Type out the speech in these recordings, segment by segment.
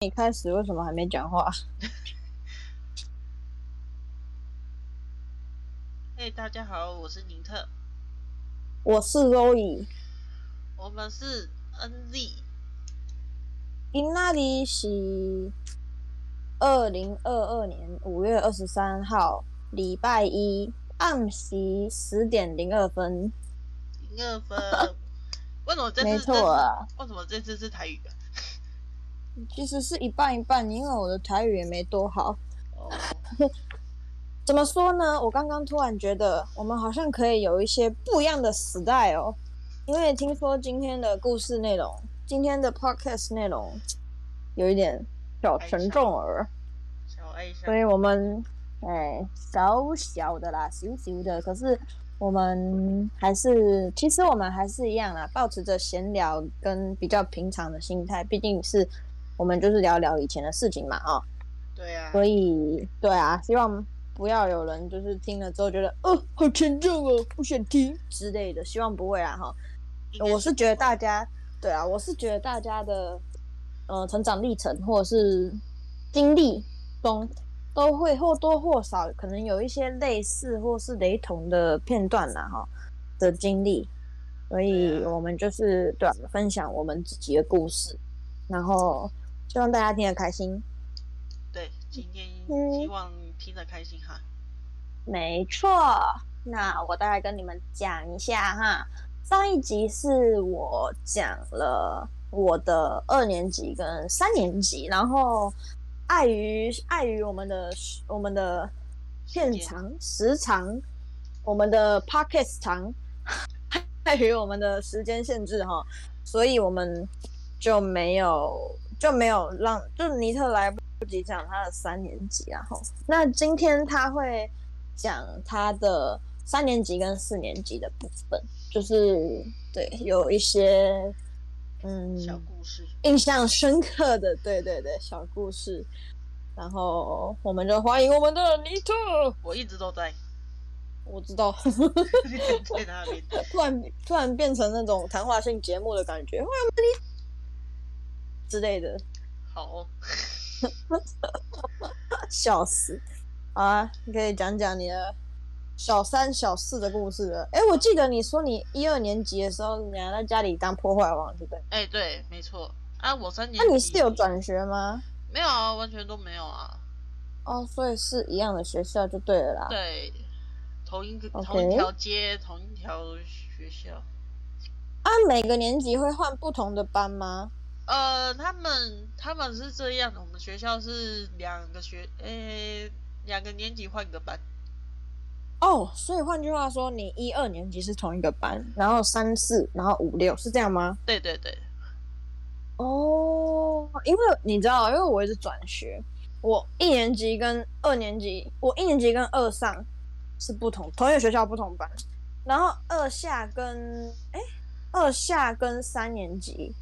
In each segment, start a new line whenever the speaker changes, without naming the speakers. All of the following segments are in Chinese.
你开始为什么还没讲话？
嘿、大家好，我是宁特，
我是 Roy，
我们是恩利，
今那里是二零二二年五月二十三号礼拜一暗时十点零二分。
零二 分。为什么这次
没错啊
这次为什么这次是台语啊的？
其实是一半一半，因为我的台语也没多好。
哦，
怎么说呢？我刚刚突然觉得，我们好像可以有一些不一样的时代哦。因为听说今天的故事内容，今天的 podcast 内容有一点小沉重儿，
小爱上
所以我们哎小小的啦，小小的，可是我们还是，其实我们还是一样啦，保持着闲聊跟比较平常的心态，毕竟是我们就是聊聊以前的事情嘛啊、哦。
对啊，
所以，对啊，希望不要有人就是听了之后觉得，哦，好沉重哦，不想听之类的。希望不会啦哈。
应该
我是觉得大家，对啊，我是觉得大家的，呃，成长历程或者是经历中，都会或多或少可能有一些类似或是雷同的片段啦哈的经历。所以
对啊
我们就是对、啊、分享我们自己的故事，然后希望大家听得开心。
对，今天
嗯
希望听得开心哈。
没错，那我大概跟你们讲一下哈。上一集是我讲了我的二年级跟三年级，然后碍于碍于我们的我们的片长时长，我们的 podcast 长，碍于我们的时间限制哈，所以我们就没有就没有让就尼特来不及讲他的三年级啊吼。那今天他会讲他的三年级跟四年级的部分，就是对有一些嗯
小故事，
印象深刻的，对对对小故事。然后我们就欢迎我们的尼特，
我一直 都在，
我知道。
在那边。
突然突然变成那种谈话性节目的感觉，会有你之类的，
好 哦，
笑死！好啊，你可以讲讲你的小三、小四的故事了。哎、我记得你说你一二年级的时候，你还在家里当破坏王，对不对？
哎、对，没错啊，我三年
那
级，
你是有转学吗？
没有啊？完全都没有啊。
哦，所以是一样的学校就对了啦。
对，同一个
OK
同一条街，同一条学校。
啊，每个年级会换不同的班吗？
呃，他们他们是这样，我们学校是两个学，诶、两个年级换个班。
哦，所以换句话说，你一二年级是同一个班，然后三四，然后五六，是这样吗？
对对对，
哦，因为你知道，因为我一直转学，我一年级跟二年级，我一年级跟二上是不同，同一个学校不同班，然后二下跟哎、二下跟三年级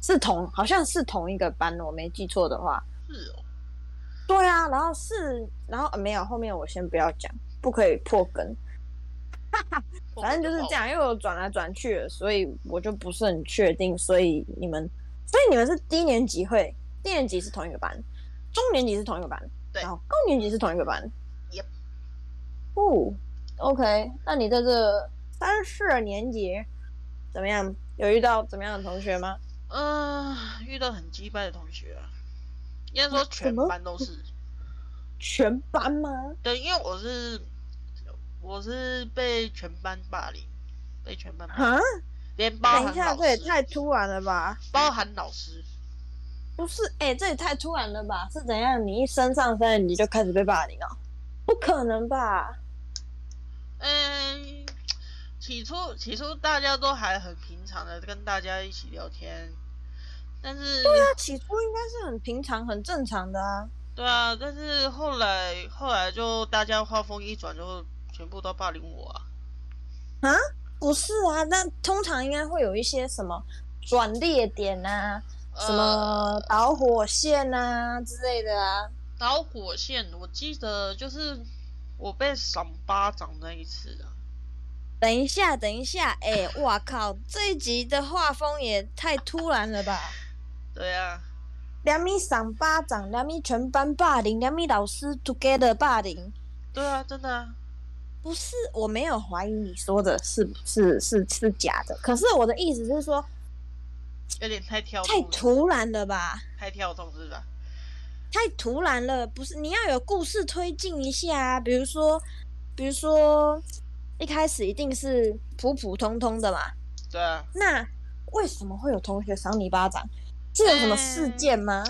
是同，好像是同一个班，哦我没记错的话。
是哦，
对啊，然后是，然后、呃没有，后面我先不要讲，不可以破梗，
我
反正就是这样，因为我转来转去了，所以我就不是很确定。所以你们，所以你们是低年级会，低年级是同一个班，中年级是同一个班，
对
然后高年级是同一个班。
Yep
哦，OK，那你在这三四年级怎么样？有遇到怎么样的同学吗？
我。嗯、遇到很鸡掰的同学啊，应该说
怎
全
么
班都是。
全班吗？
对，因为我是我是被全班霸凌，被全班霸凌，
啊，
连包含
等一下，
老
这也
师，
太突然了吧！
包含老师，
不是，哎、这也太突然了吧？是怎样？你一升上三年级就开始被霸凌啊、不可能吧？
嗯，起初起初大家都还很平常的跟大家一起聊天，但是
那起初应该是很平常、很正常的啊。
对啊，但是后来后来就大家画风一转，就全部都霸凌我啊。
不是啊，那通常应该会有一些什么转列点啊，什么
呃、
导火线啊之类的啊。
导火线？我记得就是我被赏巴掌那一次啊，
等一下，等一下，哎、哇靠！这一集的画风也太突然了吧！
对啊，
两米赏巴掌，两米全班霸凌，两米老师 together 霸凌。
对啊，真的啊，
不是，我没有怀疑你说的是是是是假的，可是我的意思是说，
有点太跳
太
动了，
突然了吧？
太跳动是吧？
太突然了，不是你要有故事推进一下啊，比如说，比如说一开始一定是普普通通的嘛，
对啊，
那为什么会有同学赏你巴掌？是有什么事件吗？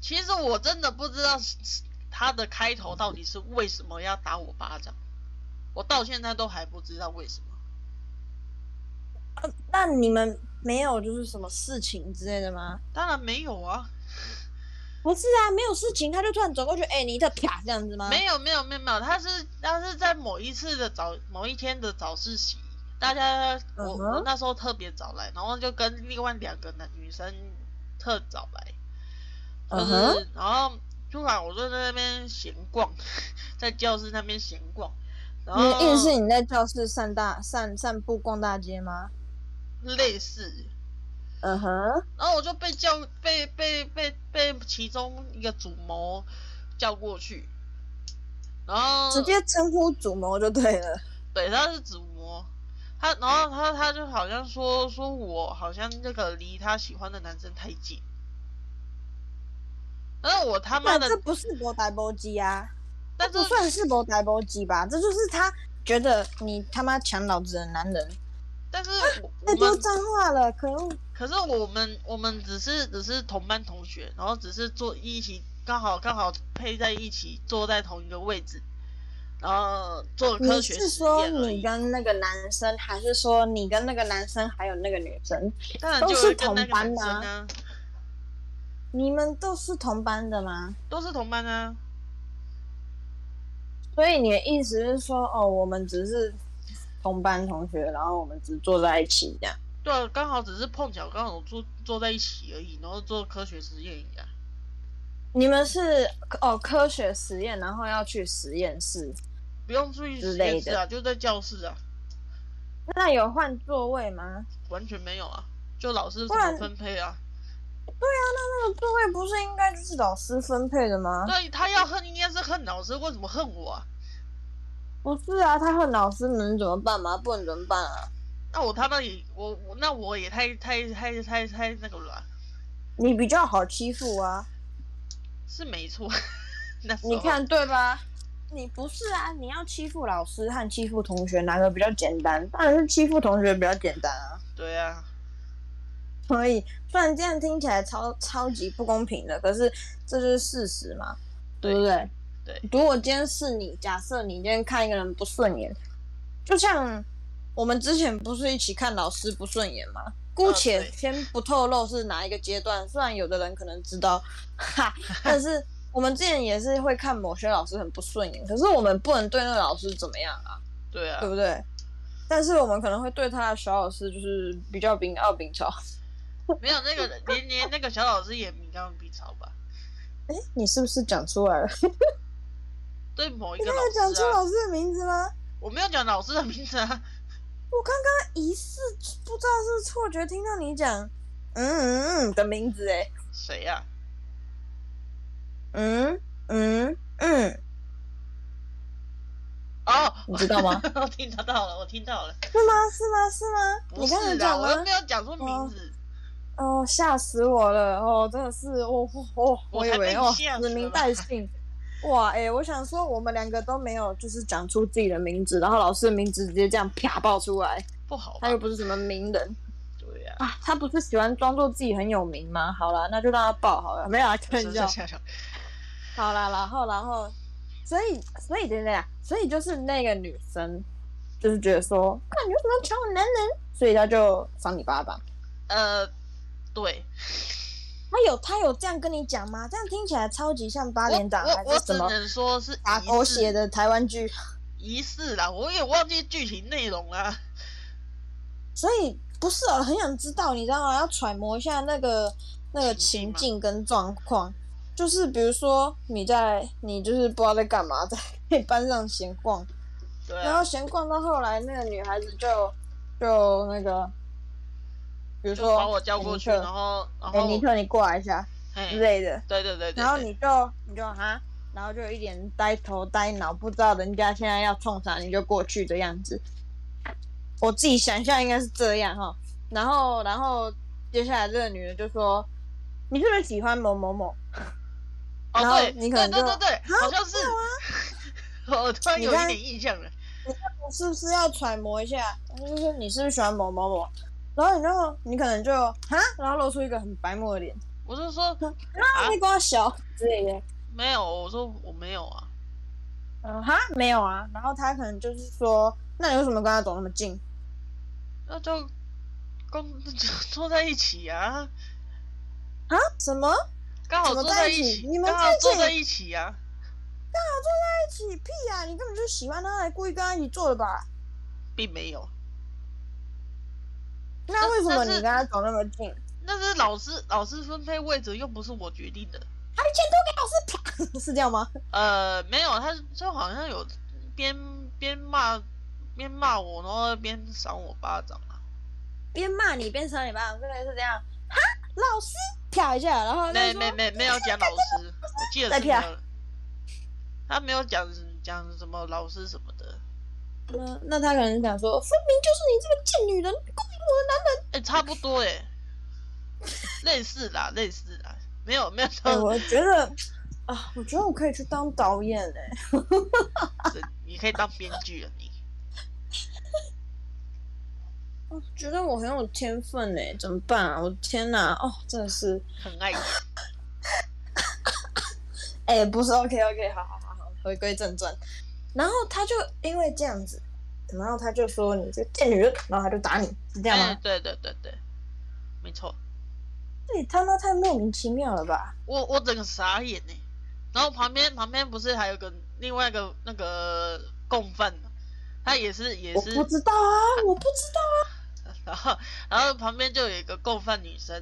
其实我真的不知道是是他的开头到底是为什么要打我巴掌，我到现在都还不知道为什么。
那你们没有就是什么事情之类的吗？
当然没有啊，
不是啊，没有事情，他就突然走过去，哎、你的啪这样子吗？
没有没有没有没有，他是他是在某一次的早某一天的早自习，大家我、
嗯哼
我那时候特别早来，然后就跟另外两个男女生特早来，就
嗯
是、
哼
然后突然我就在那边闲逛， 在教室那边闲逛，然
你的意思是
后
你在教室散大散散步逛大街吗？
类似，
嗯哼，
然后我就被叫被被被被其中一个主谋叫过去，然后
直接称呼主谋就对了。
对，他是主模，他然后他他就好像说说我好像那个离他喜欢的男生太近，但是我他妈
那
的
这，不是博台波机啊，
但是
这不算是博台波机吧？这就是他觉得你他妈抢老子的男人，
但是我
太
我
多
们
脏话了，可恶！
可是我们我们只是只是同班同学，然后只是坐一起，刚好刚好配在一起坐在同一个位置，然后做科
你
学
是
实
说
验而
你
已。
跟那个男生，还是说你跟那个男生还有那个女生？
当然
都
就是有跟那
同
个
班
男
的
生
啊
啊，
你们都是同班的吗？
都是同班啊。
所以你的意思是说，哦，我们只是同班同学，然后我们只坐在一起这样？
对啊，刚好只是碰巧刚好坐坐在一起而已，然后做科学实验一样。
你们是哦科学实验，然后要去实验室，
不用注意
之
实验
类
室啊，就在教室啊，
那有换座位吗？
完全没有啊，就老师
不
怎
然
么分配啊？
那个座位不是应该就是老师分配的吗？
对他要恨应该是恨老师，为什么恨我啊？
不是啊，他和老师能怎么办吗？不能怎么办啊？
那我他妈也我我那我也太太太太太那个了啊，
你比较好欺负啊，
是没错。 那时候啊
你看对吧？你不是啊，你要欺负老师和欺负同学哪个比较简单？当然是欺负同学比较简单啊。
对啊，
所以虽然这样听起来超超级不公平的，可是这就是事实嘛，对不对？
对
如果今天是你，假设你今天看一个人不顺眼，就像我们之前不是一起看老师不顺眼吗？姑且
嗯对
先不透露是哪一个阶段，虽然有的人可能知道，哈，但是我们之前也是会看某些老师很不顺眼，可是我们不能对那个老师怎么样啊。
对啊
对，不对？但是我们可能会对他的小老师就是比较秉傲秉嘲。
没有 那个连连那个小老师也敏感比超吧？
哎，你是不是讲出来了？
对某一
你
个
刚
老
有讲
师
出
啊，
老师的名字吗？
我没有讲老师的名字啊，
我刚刚疑似不知道是错觉，听到你讲嗯嗯的名字，哎，
谁呀、啊？
嗯嗯嗯，
哦，
你知道吗？
我听得到了，我听到了。
是吗？是吗？是吗？
不
你刚才
是啦，
讲
我又
吗
没？有讲出名字。
哦，吓死我了！哦，真的是，哦哦哦，
我
我以
才被
为
你
哦
吓
指
死
名
了
带姓。哇，哎、我想说我们两个都没有就是讲出自己的名字，然后老师的名字直接这样啪爆出来。
不好吧
他又？不是什么名人
对呀、
啊，他不是喜欢装作自己很有名吗？好啦，那就让他爆好了，没有啊，开玩笑。
想想，
好啦，然后然后，所以所以等等啊，所以就是那个女生就是觉得说，看你为什么要抢我男人，所以他就赏你巴掌。
呃，对，
他有他有这样跟你讲吗？这样听起来超级像八
我
连长还
我我
是
只
什么
能说是
打
疑
狗血
似
的台湾剧。
疑似啦，我也忘记具体内容啦。
所以不是哦，很想知道，你知道吗？要揣摩一下那个那个情
情境
境
吗
跟状况，就是比如说你在你就是不知道在干嘛，在被班上闲逛，
对
然
啊
后，闲逛到后来，那个女孩子就就那个，比如
就
说
把我叫过去，
哎尼
然
特
后然
哎，尼
后
特，你过来一下
哎，
之
对
类的，
对对对，对
然后你就你就哈，然后就一脸呆头呆脑，不知道人家现在要冲啥，你就过去的样子。我自己想象应该是这样哈。然后，然后接下来这个女的就说：“你是不是喜欢某某某
哦
然后
对，
你可能
对对
就啊
对对，好像是，我突然
你
有一
刚
点印象了，？”
我是不是要揣摩一下？她就说你是不是喜欢某某某？然后，然后你可能就哈，然后露出一个很白目的脸，
我就说
啊，你跟我小之类的。
没有，我说我没有啊，
嗯哈，没有啊。然后他可能就是说：“那你为什么跟他走那么近？”
那就公就坐在一起啊，
啊？什么？
刚好
怎么
坐
在
在
一起
起
你，们
刚
在
好
一
坐
起
在一起啊，
一起屁呀、你根本就喜欢他，还故意跟他一起做的吧？
并没有，
那为什么
但
你
是
跟他走那么近？
那是老师老师分配位置，又不是我决定的。
还钱都给老师啪， 是这样吗？
呃，没有，他就好像有边边骂边骂我，然后边赏我巴掌啊。
边骂你边扇你巴掌，这个是这样。哈，老师啪一下，然后再
没
说
没没没有讲老师，我记得
再
是没
骗啊
有，他没有讲讲什么老师什么的。
嗯那他可能想说，分明就是你这个贱女人勾引我的男人。
哎、差不多哎、类似啦，类似啦，没有没有
哎、
到
我觉得啊，我觉得我可以去当导演哎、
这，你可以当编剧了你。
我觉得我很有天分哎、怎么办啊？我的天哪，哦，真的是，
很爱你，
哎、不是 OK OK，好好好好，回归正传。然后他就因为这样子，然后他就说你这个贱女人，然后他就打你，是这样
哎、
吗？
对对对对，没错，
这也他妈太莫名其妙了吧！
我我整个傻眼呢、然后旁边旁边不是还有个另外一个那个共犯吗，他也是也
我
是
不，知道啊，我不知道。
然后然后旁边就有一个共犯女生，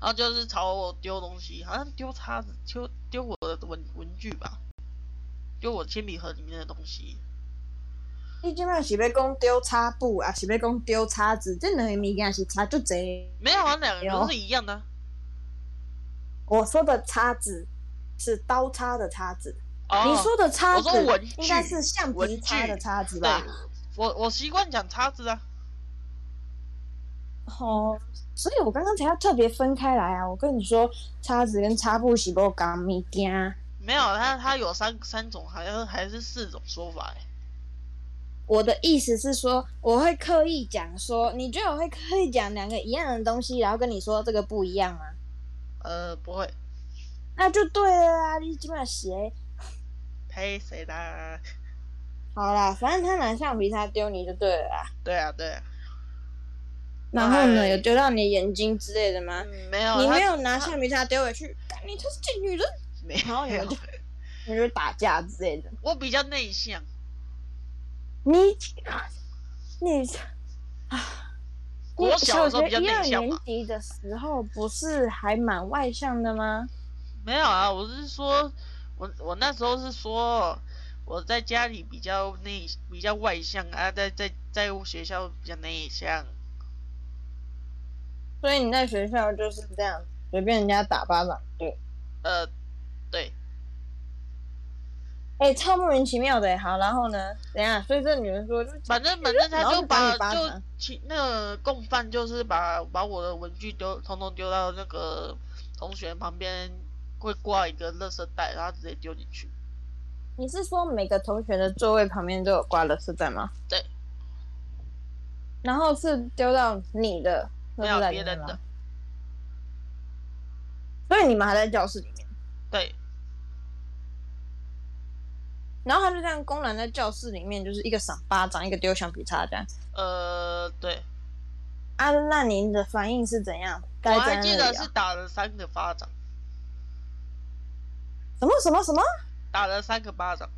然后就是朝我丢东西，好像丢叉子，丢丢我的文文具吧，丢我铅笔盒里面的东西。
你即摆是要讲丢叉布啊，是要讲丢叉子，这两个物件是差就侪。
没有啊，两个
有
都是一样的啊。
我说的叉子是刀叉的叉子，
哦，
你说的叉子
我说文具
应该是橡皮擦的叉子
对
吧？，
我我习惯讲叉子啊。
哦，所以我刚刚才要特别分开来啊。我跟你说，叉子跟擦布是无共物件。
没有，啊他他有三三种，好像还是四种说法欸
我的意思是说，我会刻意讲说，你觉得我会刻意讲两个一样的东西，然后跟你说这个不一样吗？
呃，不会，
那就对了啊，你基本上写
呸，谁啦？
好啦，反正他拿橡皮擦丢你就对了啦。
对啊，对啊，
然后呢，
哎
有丢到你的眼睛之类的吗？
嗯没有，
你
他
没有拿
他
橡皮擦丢回去，干你他是贱女人，
没
然后你们
有
就，你们就打架之类的。
我比较内向，
你你啊，你
国小的时候
学
比较
一二
内向
年
嘛
级的时候不是还蛮外向的吗？
没有啊，我是说，我我那时候是说我在家里比较内，比较外向啊，在在在学校比较内向，
所以你在学校就是这样随便人家打巴掌，对。
呃，对，
哎、超莫名其妙的。好，然后呢？怎样？所以这女人说，就
反正反正他
然后
就
就打
把
你巴
就
掌
其那个共犯就是把把我的文具丢，统统丢到那个同学旁边会挂一个垃圾袋，然后直接丢进去。
你是说每个同学的座位旁边都有挂了是在吗？
对。
然后是丢到你的，
没有
垃圾袋里
别
面
人的
吗。所以你们还在教室里面，
对，
然后他就这样公然在教室里面，就是一个赏巴掌，一个丢橡皮擦这样。
呃，对，
啊，那您的反应是怎样？
我
该
还
站
记
在那
得
里啊
是打了三个巴掌，
什么什么什么？
打了三个巴掌，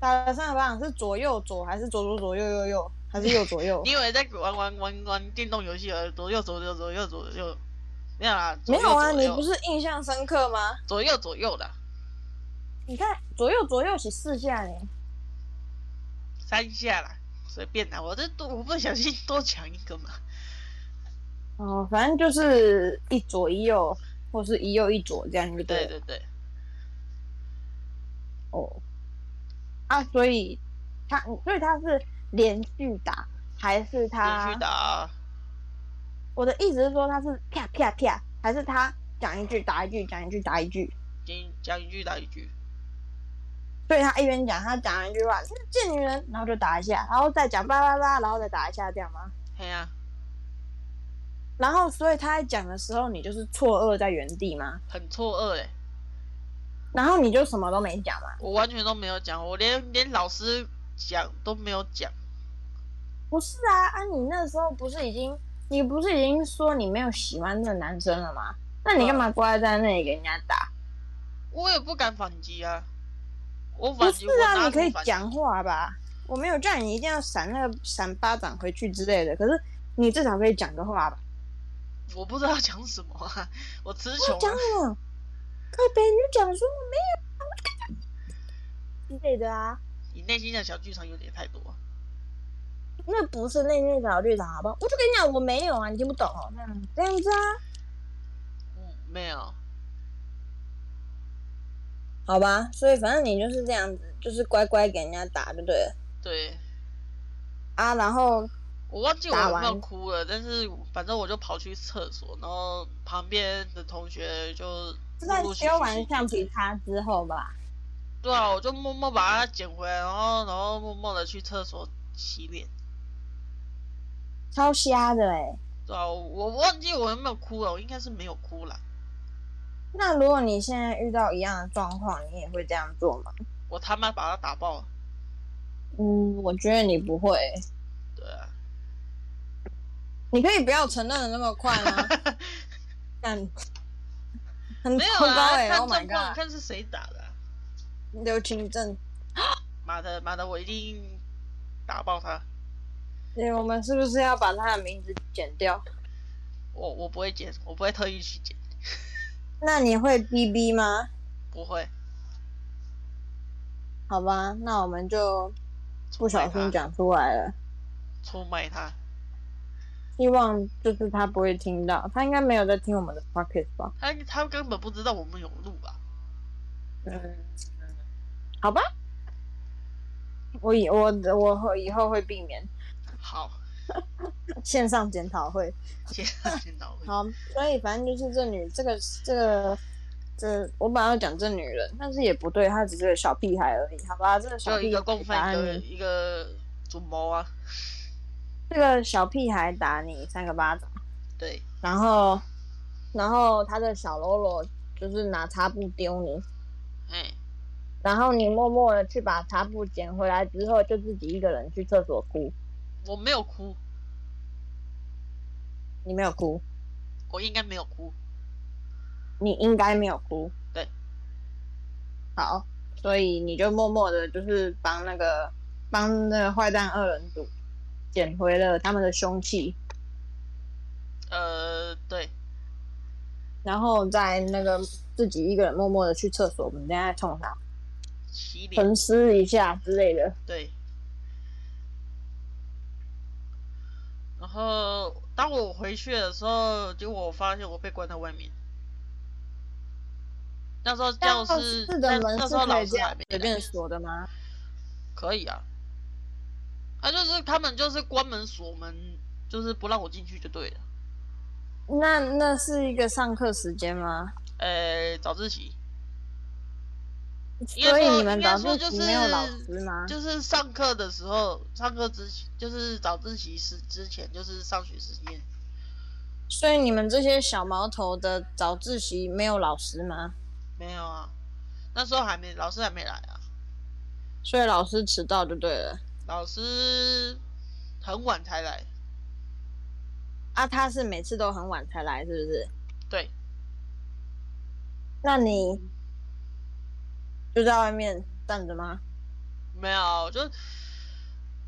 打了三个巴掌是左右左还是左左左右右右还是右左右？
你以为在玩玩玩玩电动游戏而左右左右左右左右，没有啦，左
没
右
有啊，
左
你
右
不是印象深刻吗？
左右左右的，
你看左右左右洗四下呢，
三下啦，随便啦，我这多我不小心多讲一个嘛。
哦，反正就是一左一右，或是一右一左这样就
对
了
对对，
哦。啊，所以他所以他是连续打还是他
连续打，
我的意思是说，他是啪啪啪，还是他讲一句打一句，讲一句打一句？
讲讲一句打一句，
所以他一边讲，他讲完一句话，就是贱女人，然后就打一下，然后再讲叭叭叭，然后再打一下，这样吗？
嘿呀、
然后，所以他在讲的时候，你就是错愕在原地吗？
很错愕嘞，
然后你就什么都没讲吗？
我完全都没有讲，我连连老师讲都没有讲，
不是啊，啊，你那时候不是已经，你不是已经说你没有喜欢这个男生了吗？那你干嘛乖在那里给人家打？
我也不敢反击啊。我
不
反
是
击，我
啊，
拿
你可以
出反击
讲话吧？我没有叫你一定要闪那个闪巴掌回去之类的，可是你至少可以讲个话吧？
我不知道讲什么啊，我词
你
穷、
讲
啊，
什么？靠北，你就讲说我没有啊，我就跟你之类的啊，
你内心的小剧场有点太多、啊。
那不是那那小绿茶，好不好？我就跟你讲我没有啊，你听不懂哦，这样这样子啊，
嗯，没有，
好吧？所以反正你就是这样子，就是乖乖给人家打就对了
对
啊。然后
我忘记我
打
有
完
没有哭了，但是反正我就跑去厕所，然后旁边的同学就
在
陆陆续
修完
续，
橡皮擦之后吧，
对啊，我就默默把它捡回来，然后然后默默的去厕所洗脸，
超瞎的哎、
对啊，我我忘记我有没有哭了，我应该是没有哭了，
那如果你现在遇到一样的状况，你也会这样做吗？
我他妈把它打爆了，
嗯，我觉得你不会欸、
对啊，
你可以不要承认的那么快吗？ 但很
没有
糟糕
啊，
哎、欸、
看
！Oh my
状况
god，
看是谁打的啊、
刘清正，
妈的妈的，我一定打爆他，
对，欸我们是不是要把他的名字剪掉？
我我不会捡，我不会特意去捡，
那你会 BB 吗？
不会，
好吧，那我们就不小
出卖
心
他
讲出来了。
出卖他。
希望就是他不会听到，他应该没有在听我们的 podcast 吧？
他他根本不知道我们有录吧？
嗯，好吧，我以我我会以后会避免
好，
线上检讨会。
先 先到位。
好，所以反正就是这女这个这个这，我本来要讲这女人，但是也不对，她只是个小屁孩而已，好吧？这个
就
小
有
屁
一
孩
个共
打
犯，一个
你，
一个主谋啊，
这个小屁孩打你三个巴掌，
对，
然后然后他的小喽啰就是拿擦布丢你，
哎，
然后你默默的去把擦布捡回来之后，就自己一个人去厕所哭，
我没有哭，
你没有哭，
我应该没有哭，
你应该没有哭，
对，
好，所以你就默默的，就是帮那个帮那个坏蛋二人组捡回了他们的凶器，
呃，对，
然后再那个自己一个人默默的去厕所，我们等一下再冲他
洗脸，
沉思一下之类的。
对。然后当我回去的时候，结果我发现我被关在外面。那时候教室，
室
那
的门
那
是
时候
可
老
以这
师还
样
没
随
来
便锁的吗？
可以啊，啊，就是他们就是关门锁门，就是不让我进去就对了。
那那是一个上课时间吗？
呃，早自习应该
所
说
以你们
应该
早自
说就
习
是
没有老师吗？
就是上课的时候，上课之就是早自习时之前就是上学时间，
所以你们这些小毛头的早自习没有老师吗？
没有啊，那时候还没老师还没来啊，
所以老师迟到就对了。
老师很晚才来，
啊，他是每次都很晚才来，是不是？
对，
那你就在外面站着吗？
没有就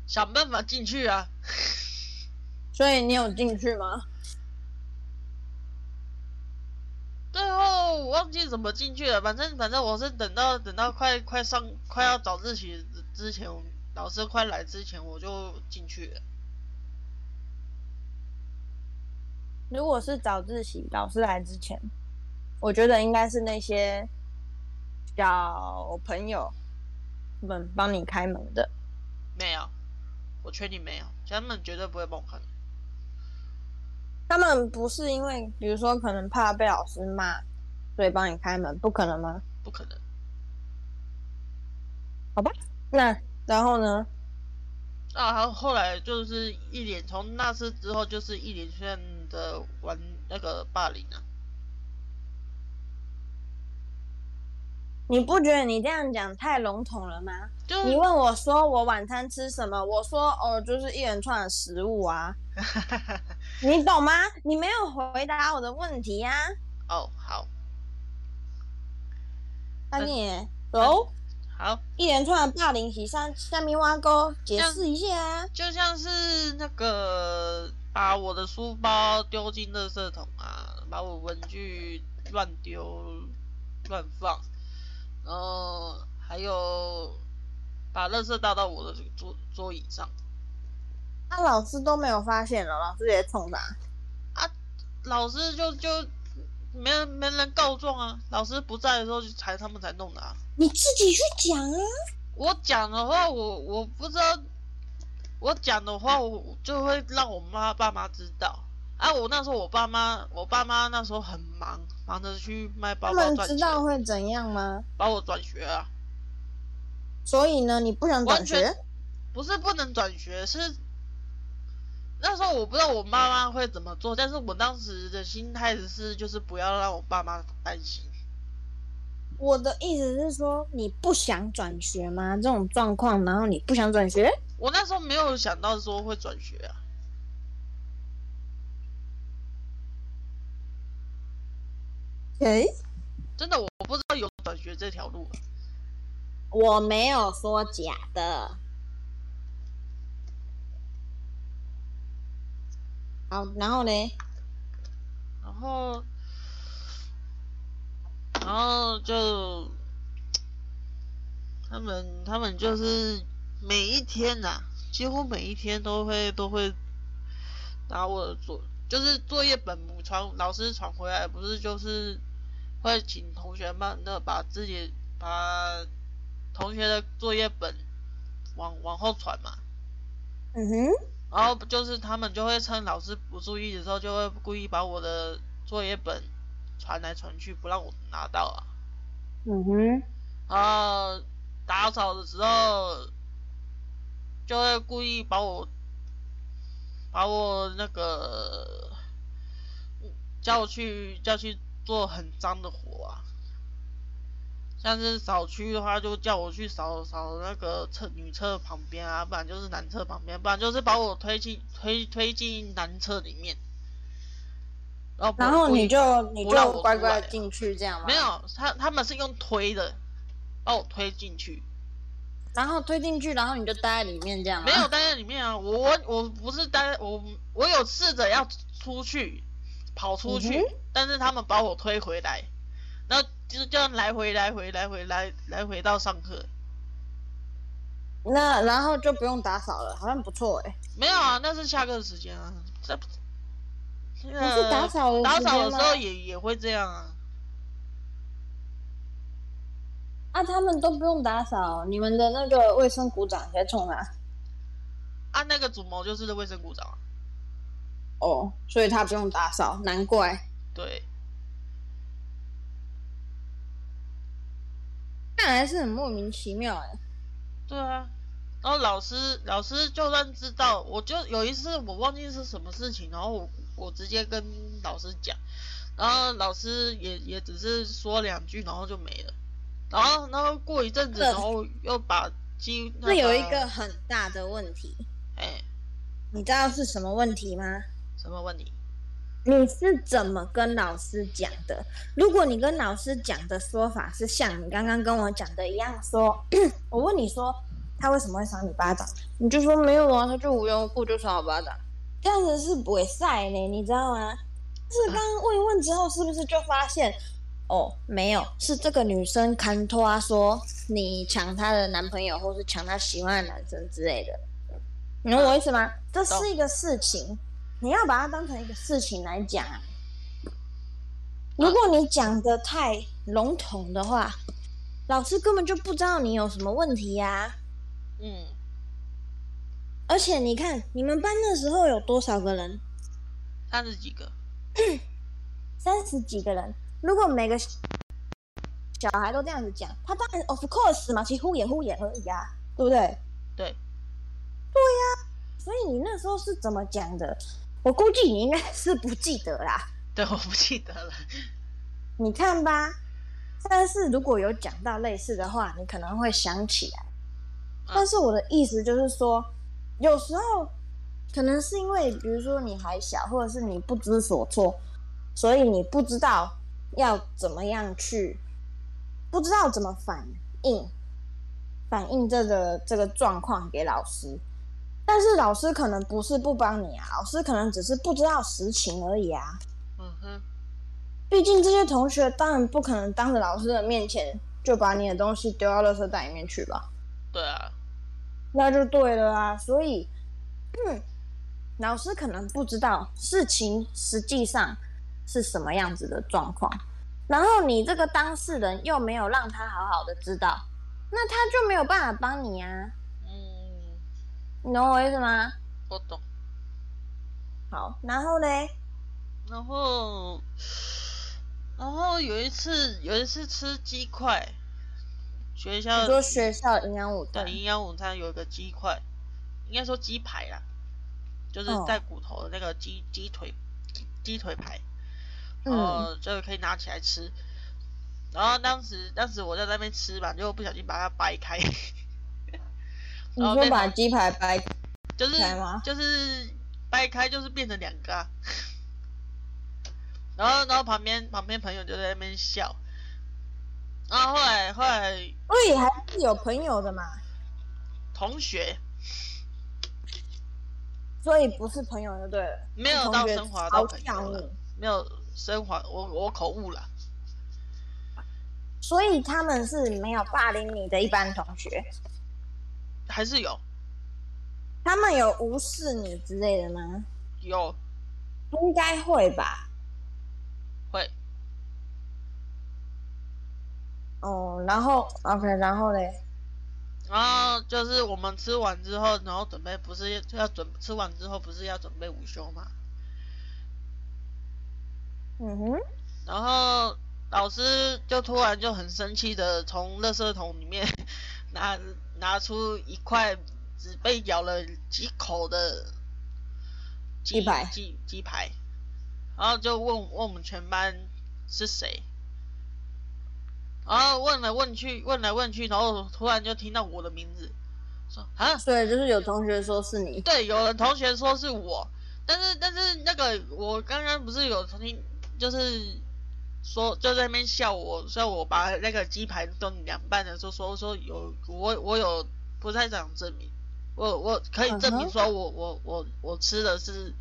想办法进去啊，
所以你有进去吗？
最后后哦我忘记怎么进去了，反正反正我是等到等到快快上快要早自习之前，老师快来之前我就进去了。
如果是早自习，老师来之前，我觉得应该是那些小朋友们帮你开门的。
没有，我确定没有，他们绝对不会帮我看。
他们不是因为，比如说可能怕被老师骂，所以帮你开门，不可能吗？
不可能。
好吧，那然后呢？
啊，然后后来就是一连从那次之后就是一连串的玩那个霸凌啊。
你不觉得你这样讲太笼统了吗？
就
你问我说我晚餐吃什么，我说哦，就是一连串的食物啊，你懂吗？你没有回答我的问题呀、
哦，好，
那
呃
你也走、
好，
一连串的霸凌洗上下面挖沟，解释一下啊。
就像是那个把我的书包丢进垃圾桶啊，把我文具乱丢乱放，然后还有把垃圾倒到我的桌桌椅上。
那、老师都没有发现了，老师也冲他。
老师就就没人没人告状啊，老师不在的时候就才他们才弄的啊。
你自己去讲啊。
我讲的话，我我不知道，我讲的话，我就会让我妈爸妈知道。啊，我那时候我爸妈，我爸妈那时候很忙，忙着去卖包
他
包
们
赚
知道
钱，
会怎样吗？
把我转学啊。
所以呢，你不想转
完全
学？
不是不能转学，是那时候我不知道我妈妈会怎么做，但是我当时的心态是，就是不要让我爸妈担心。
我的意思是说，你不想转学吗？这种状况，然后你不想转学，
我那时候没有想到说会转学啊，
诶、
真的我不知道有转学这条路啊、
我没有说假的。好，然后嘞，
然后，然后就他们他们就是每一天呐、几乎每一天都会都会拿我的作，就是作业本不传老师传回来，不是就是会请同学们那把自己把同学的作业本往往后传嘛，
嗯哼，
然后就是他们就会趁老师不注意的时候，就会故意把我的作业本传来传去，不让我拿到啊。
嗯哼，
然后打扫的时候，就会故意把我把我那个叫我去叫去做很脏的活啊。像是扫区的话，就叫我去扫扫那个厕女厕旁边啊，不然就是男厕旁边，不然就是把我推进推推进男厕里面。然后不
然后
故意
你就你
不让我
就
出
乖乖
来啊
进去这样吗？
没。有，他他们是用推的，把我推进去，
然后推进去，然后你就待在里面这样吗？
没有待在里面啊。我我我不是待我我有试着要出去，跑出去，
嗯
但是他们把我推回来，然后就是这样来回来回来回来来回到上课。
那然后就不用打扫了，好像不错哎、
没有啊，那是下课时间啊。这那
不是
个
打扫的
打
时
扫
间
的时候
吗
也也会这样啊。
啊，他们都不用打扫，你们的那个卫生股长在冲啊？
啊，那个主谋就是卫生股长啊，
哦，所以他不用打扫，难怪。
对，
看来是很莫名其妙哎、
对啊，然后老师老师就算知道，我就有一次我忘记是什么事情，然后我我直接跟老师讲，然后老师也也只是说两句，然后就没了。然后然后过一阵子，
这
然后又把机那
这有一个很大的问题，
哎
你知道是什么问题吗？
什么问题？
你是怎么跟老师讲的？如果你跟老师讲的说法是像你刚刚跟我讲的一样说， 我问你说他为什么会赏你巴掌，你就说没有啊，他就无缘无故就赏我巴掌，这样子是不会晒呢，你知道吗？是刚刚问一问之后，是不是就发现哦，没有，是这个女生看托啊说你抢她的男朋友，或是抢她喜欢的男生之类的，你懂我意思吗？这
懂
是一个事情，你要把它当成一个事情来讲啊。如果你讲的太笼统的话，老师根本就不知道你有什么问题呀、
嗯，
而且你看，你们班那时候有多少个人？
三十几个，
三十几个人，如果每个小孩都这样子讲，他当然 of course 嘛，其实敷衍敷衍而已啊，对不对？
对，
所以你那时候是怎么讲的？我估计你应该是不记得啦。
对，我不记得了。
你看吧，但是如果有讲到类似的话，你可能会想起来。
嗯
但是我的意思就是说，有时候可能是因为，比如说你还小，或者是你不知所措，所以你不知道要怎么样去，不知道怎么反应，反映这个这个状况给老师。但是老师可能不是不帮你啊，老师可能只是不知道实情而已啊。
嗯哼，
毕竟这些同学当然不可能当着老师的面前就把你的东西丢到垃圾袋里面去吧，
对啊，
那就对了啊。所以，嗯，老师可能不知道事情实际上是什么样子的状况，然后你这个当事人又没有让他好好的知道，那他就没有办法帮你啊，
嗯，
你懂我意思吗？
我懂。
好，然后嘞，
然后，然后有一次，有一次吃鸡块，学校
你说学校营养午餐
对，营养午餐有一个鸡块，应该说鸡排啦，就是
哦
带骨头的那个鸡鸡腿鸡鸡腿排，
嗯
然后就可以拿起来吃。然后当时当时我在那边吃吧，结果不小心把它掰开，
你说
哦对
把鸡排掰
就是
掰吗
就是掰开就是变成两个、啊。然后然后旁边旁边朋友就在那边笑，然后后来后来
喂，还是有朋友的嘛，
同学
所以不是朋友就对了。
没有到升华到朋
嘲
友
笑
了
你，
没有升华，我我口误了。
所以他们是没有霸凌你的一般同学，
还是有
他们有无视你之类的吗？
有
应该会吧。
会，
哦，然后 OK，然后嘞，
然后就是我们吃完之后，然后准备不是要准吃完之后不是要准备午休嘛？
嗯哼，
然后老师就突然就很生气的从垃圾桶里面 拿拿出一块只被咬了几口的鸡
鸡排
鸡鸡排，然后就问问我们全班是谁，然后问来问去问来问去，然后突然就听到我的名字，说啊
所以就是有同学说是你，
对，有人同学说是我，但是但是那个我刚刚不是有曾经就是说就在那边笑我，笑我把那个鸡排弄两半的时候说说有我我有不太想证明，我我可以证
嗯哼
明说我我我我吃的是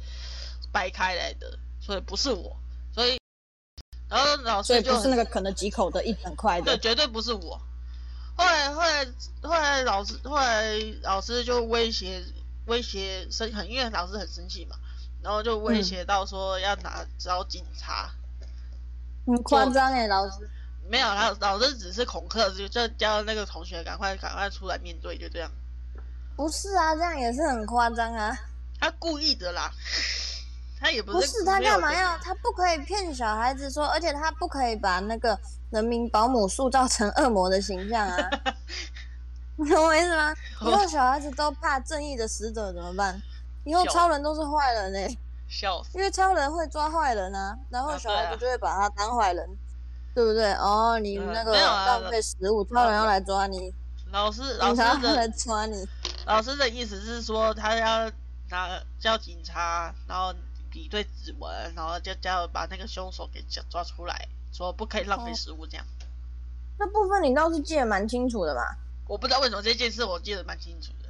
掰开来的，所以不是我，所以然后老
所以
师就
不是那
很
个肯德基口的一整块
对，
的。
绝对不是我。后来后来后来老师后来老师就威胁威胁生很，因为老师很生气嘛，然后就威
嗯
胁到说要拿找警察。
很夸张哎，老师。
没有，他老师只是恐吓，就就叫那个同学赶快赶快出来面对，就这样。
不是啊，这样也是很夸张啊！
他故意的啦， 他也不是
不是他
没有
干嘛
的
要？他不可以骗小孩子说，而且他不可以把那个人民保姆塑造成恶魔的形象 啊！你懂我意思吗？以
哦
后小孩子都怕正义的使者怎么办？以后
笑
超人都是坏人呢、欸
笑死。
因为超人会抓坏人啊，然后
啊
小孩
对
子
啊
就会把他当坏人，对不对？哦，你
嗯
那个
没有啊
浪费食物，超人要来抓你，
老师老
警
师
察要来
的
抓你，
老师的意思是说，他要拿叫警察，然后比对指纹，然后就叫把那个凶手给抓抓出来，说不可以浪费
哦
食物这样。
这部分你倒是记得蛮清楚的嘛，
我不知道为什么这件事我记得蛮清楚的。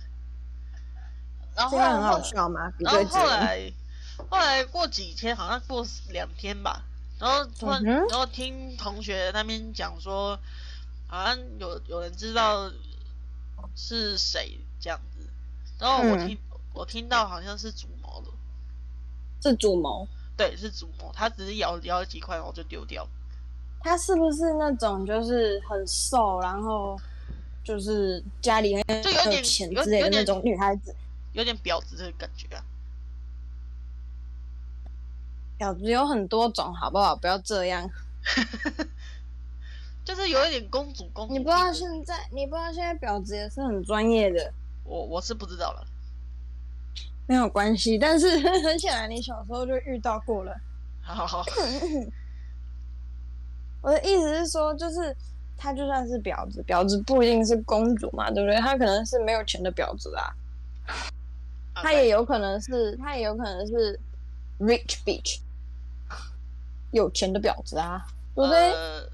然
这
啊后
个很好
后
笑嘛，比
然后
对指
后
纹。
来后来过几天，好像过两天吧，然后突然，
嗯哼
然后听同学那边讲说，好像有有人知道是谁这样子，然后我
嗯
听、我听到好像是主谋的，
是主谋，
对，是主谋，他只是咬咬了几块，然后就丢掉。
他是不是那种就是很瘦，然后就是家里很
就有点
嗯钱
有
之类的
有点
那种女孩子？
有点婊子的感觉啊。
婊子有很多种，好不好？不要这样。
就是有一点公主公主
你
病
不
的。
知道现在，你不知道现在婊子也是很专业的，
我我是不知道了，
没有关系。但是 很显然，你小时候就遇到过了。
好好，
我的意思是说，就是她就算是婊子，婊子不一定是公主嘛，对不对？她可能是没有钱的婊子啊，她也
有
有可能是，她也有可能是 rich bitch，有钱的婊子啊，对不对？
呃，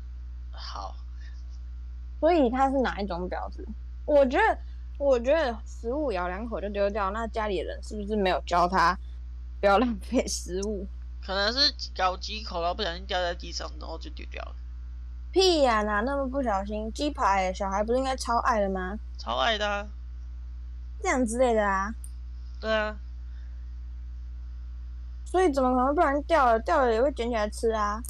好，
所以她是哪一种婊子？我觉得，我觉得食物咬两口就丢掉，那家里人是不是没有教她不要浪费食物？
可能是咬几口，然后不小心掉在地上，然后就丢掉了。
屁呀、哪那么不小心？鸡排、小孩不是应该超爱的吗？
超爱的、啊，
这样之类的啊。
对啊，
所以怎么可能不然掉了？掉了也会捡起来吃啊。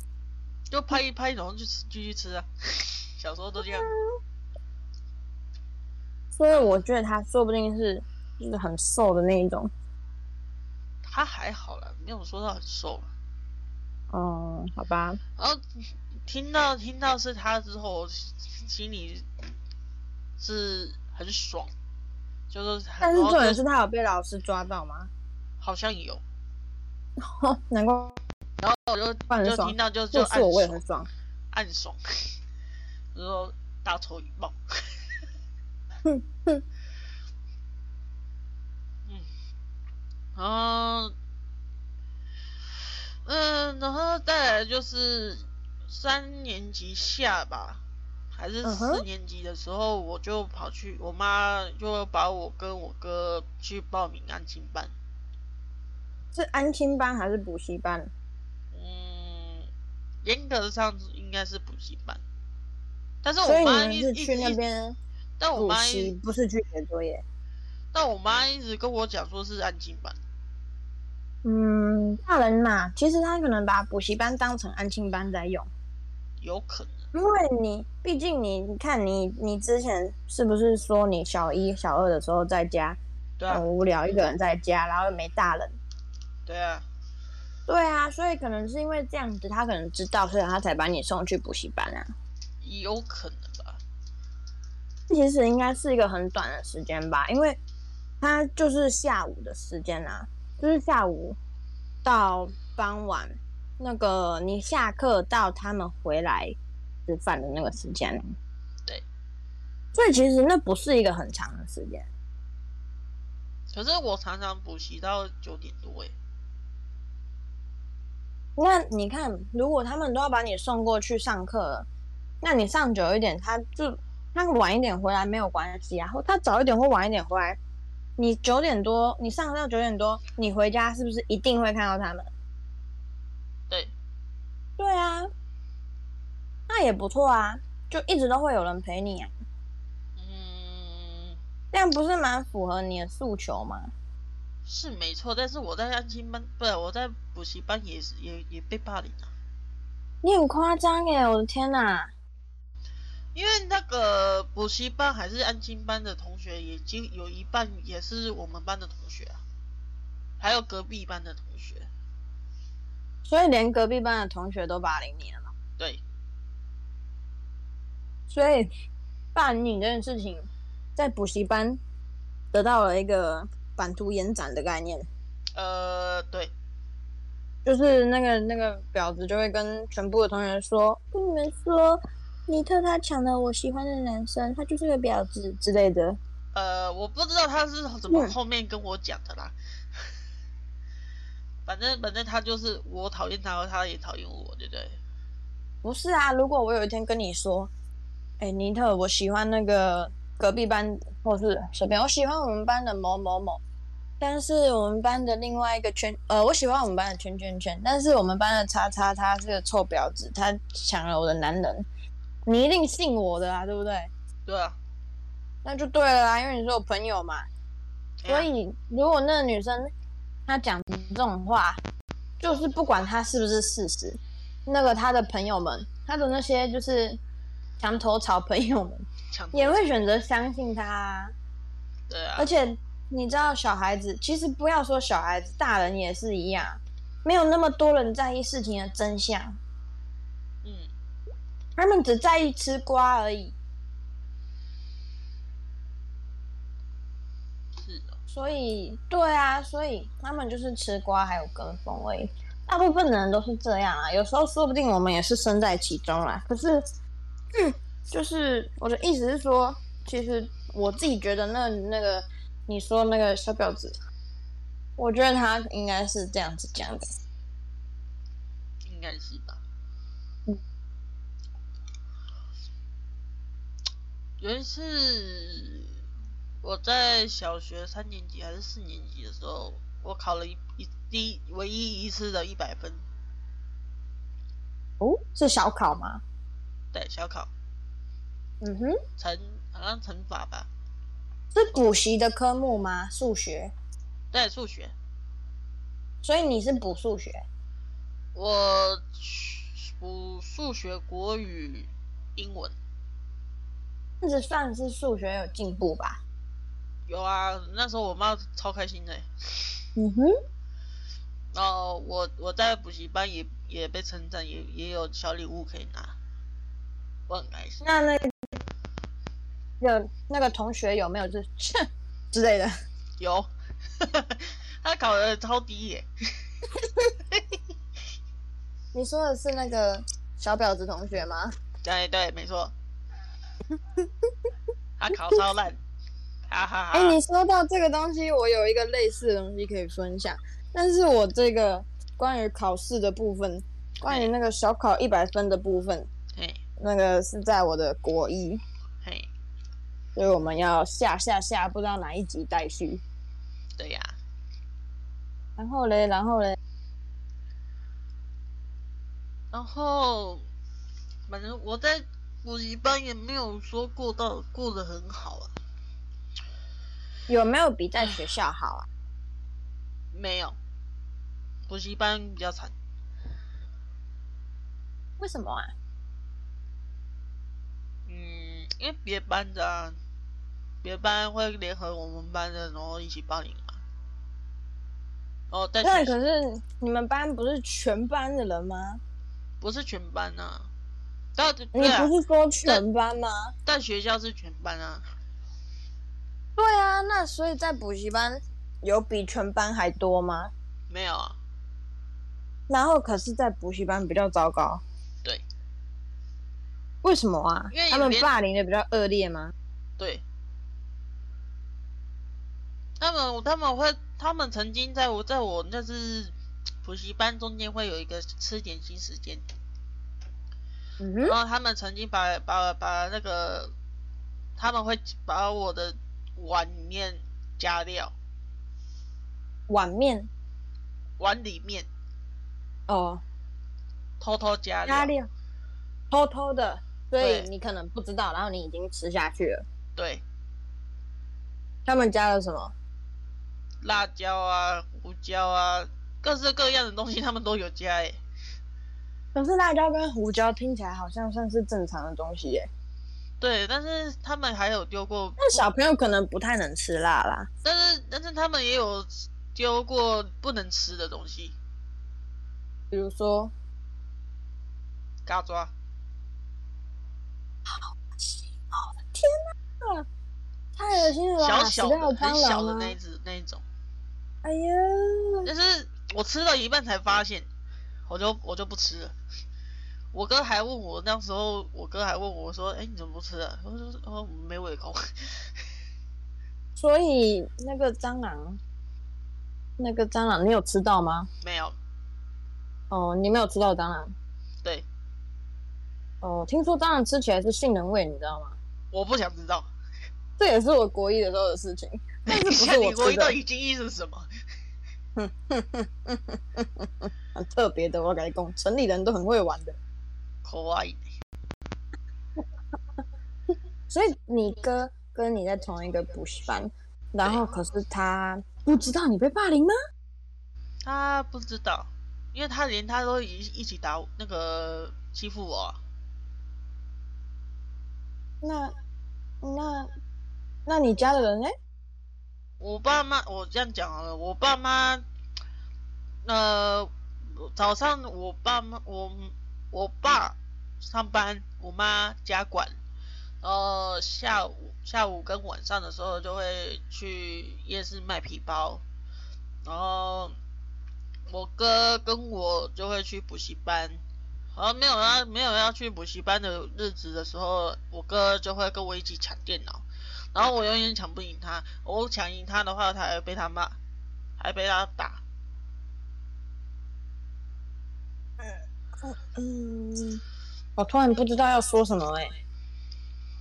就拍一拍，然后就吃，继续吃啊。 小时候都这样，
所以我觉得他说不定是就是很瘦的那一种。
他还好啦，没有说到很瘦。啊
哦、好吧，
然后听到听到是他之后，我心里是很爽，就是
但是
然后
重
就
点是他有被老师抓到吗？
好像有，
哦，难怪
然后我就
然很
就
爽
听到就就
做
暗
是我，我也
爽
很爽。
暗爽， 然后大仇一 报。
哼哼
嗯，然后，嗯，然后再来就是三年级下吧，还是
嗯
四
哼
年级的时候我就跑去，我妈就把我跟我哥去报名安亲班。
是安亲班还是补习班？
嗯，严格上应该是补习班，但是
所以
我
你
妈
们
一
是
一
去那
一
边
但我
补
妈
习，
一
不是去写作业。
但我妈一直跟我讲说是安静班，
嗯，大人嘛，其实他可能把补习班当成安亲班在用。
有可能
因为你毕竟你你看你你之前是不是说你小一小二的时候在家
对啊
很，无聊，一个人在家，然后又没大人？
对啊，
对啊，所以可能是因为这样子，他可能知道，所以他才把你送去补习班啊。
有可能吧，
其实应该是一个很短的时间吧，因为他就是下午的时间啊，就是下午到傍晚那个你下课到他们回来吃饭的那个时间。啊
对，
所以其实那不是一个很长的时间。
可是我常常补习到九点多欸诶，
那你看，如果他们都要把你送过去上课了，那你上久一点，他就他晚一点回来没有关系啊，或他早一点或晚一点回来，你九点多你上到九点多，你回家是不是一定会看到他们？
对，
对啊，那也不错啊，就一直都会有人陪你啊，
嗯，
这样不是蛮符合你的诉求吗？
是没错，但是我在安亲班，不，我在补习班也是也也被霸凌啊，
你很夸张耶，我的天哪、
因为那个补习班还是安亲班的同学，已经有一半也是我们班的同学啊，还有隔壁班的同学，
所以连隔壁班的同学都霸凌你了吗，
对，
所以霸凌你这件事情，在补习班得到了一个版图延展的概念，
呃，对，
就是那个那个婊子就会跟全部的同学说，嗯跟你们说，尼特他抢了我喜欢的男生，他就是个婊子之类的。
呃，我不知道他是怎么
嗯
后面跟我讲的啦。 反正反正他就是我讨厌他，他也讨厌我，对不对？
不是啊，如果我有一天跟你说，哎、尼特，我喜欢那个隔壁班，或是随便，我喜欢我们班的某某某，但是我们班的另外一个圈，呃，我喜欢我们班的圈圈圈，但是我们班的叉叉他是个臭婊子，他抢了我的男人，你一定信我的啊，对不对？
对啊，
那就对了啊，因为你是我朋友嘛。
哎
所
呀
以如果那个女生她讲这种话，就是不管她是不是事实，那个她的朋友们，她的那些就是墙头草朋友们，
抢
也会选择相信她、啊。
对啊
而，且你知道，小孩子其实不要说小孩子，大人也是一样，没有那么多人在意事情的真相，
嗯，
他们只在意吃瓜而已。
是哦的，
所以，对啊，所以他们就是吃瓜还有跟风而已。大部分的人都是这样啊，有时候说不定我们也是身在其中啦。可是，嗯，就是我的意思是说，其实我自己觉得那那个你说那个小婊子，我觉得他应该是这样子讲的。
应该是吧。
嗯
有一次我在小学三年级还是四年级的时候，我考了一一第一唯一一次的一百分，
哦，是小考吗？
对，小考
嗯哼，
乘好像乘法吧，
是补习的科目吗？数学，
对，数学。
所以你是补数学。
我补数学、国语、英文，
这样子算是数学有进步吧？
有啊。那时候我妈超开心的欸、
嗯哼，
然后我我在补习班也也被称赞，也也有小礼物可以拿，我很开心。
那那个那个同学有没有就是 之类的？
有， 他考的超低耶、
你说的是那个小婊子同学吗？
对哎对，没错，他考超烂，哈哈哈。
哎、你说到这个东西，我有一个类似的东西可以分享，但是我这个关于考试的部分，关于那个小考一百分的部分，
嘿
那个是在我的国一，
嘿，
所以我们要下下下，不知道哪一集待续。
对呀、
然后嘞，然后嘞，
然后，反正我在补习班也没有说过到过得很好啊，
有没有比在学校好啊？
没有，补习班比较惨，
为什么啊？
嗯，因为别班的、啊，别班会联合我们班的，然后一起霸凌啊。哦，但
对，
是
可是你们班不是全班的人吗？
不是全班啊，但
你
对啊
不，是说全班吗？
但学校是全班啊，
对啊，那所以在补习班有比全班还多吗？
没有啊，
然后可是，在补习班比较糟糕，
对
为什么啊
因为？
他们
连
霸凌的比较恶劣吗？
对。他们他们会，他们曾经在我在我那次补习班中间会有一个吃点心时间，
嗯哼，
然后他们曾经把把把那个，他们会把我的碗里面加料，
碗面
碗里面
哦，
偷偷加料，
压力偷偷的，所以
对
你可能不知道，然后你已经吃下去了。
对，
他们加了什么？
辣椒啊、胡椒啊，各式各样的东西他们都有加欸诶、
可是辣椒跟胡椒听起来好像算是正常的东西耶，
对，但是他们还有丢过，
但小朋友可能不太能吃辣啦。
但是但是他们也有丢过不能吃的东西，
比如说，
嘎抓。
太恶心了吧，死
小小
掉
的、
蟑
很
螂
小的
啊
那一只那一种，
哎呀，
但是我吃到一半才发现，我就我就不吃了。我哥还问我，那时候我哥还问我说：“哎、你怎么不吃啊？”我就说：“哦，没胃口。
所以那个蟑螂，那个蟑螂，你有吃到吗？”
没有，
哦，你没有吃到蟑螂。
对，
哦，听说蟑螂吃起来是杏仁味，你知道吗？
我不想知道。
这也是我国一的时候的事情。但是不
你
是
想
我
你国
吃
一到
的，
底定义是什么？
很特别的。我跟你讲，城里人都很会玩的。
口外一
所以你哥跟你在同一个补习班，然后可是他不知道你被霸凌吗？
他不知道，因为他连他都一一起打我那个欺负我、啊，
那那那你家的人呢？
我爸妈，我这样讲好了，我爸妈，呃，早上我爸妈，我我爸上班，我妈家管，然后下午下午跟晚上的时候就会去夜市卖皮包，然后我哥跟我就会去补习班，然后没有要没有要去补习班的日子的时候，我哥就会跟我一起抢电脑。然后我永远抢不赢他，我抢赢他的话，他还会被他骂，还被他打。
嗯，我突然不知道要说什么哎、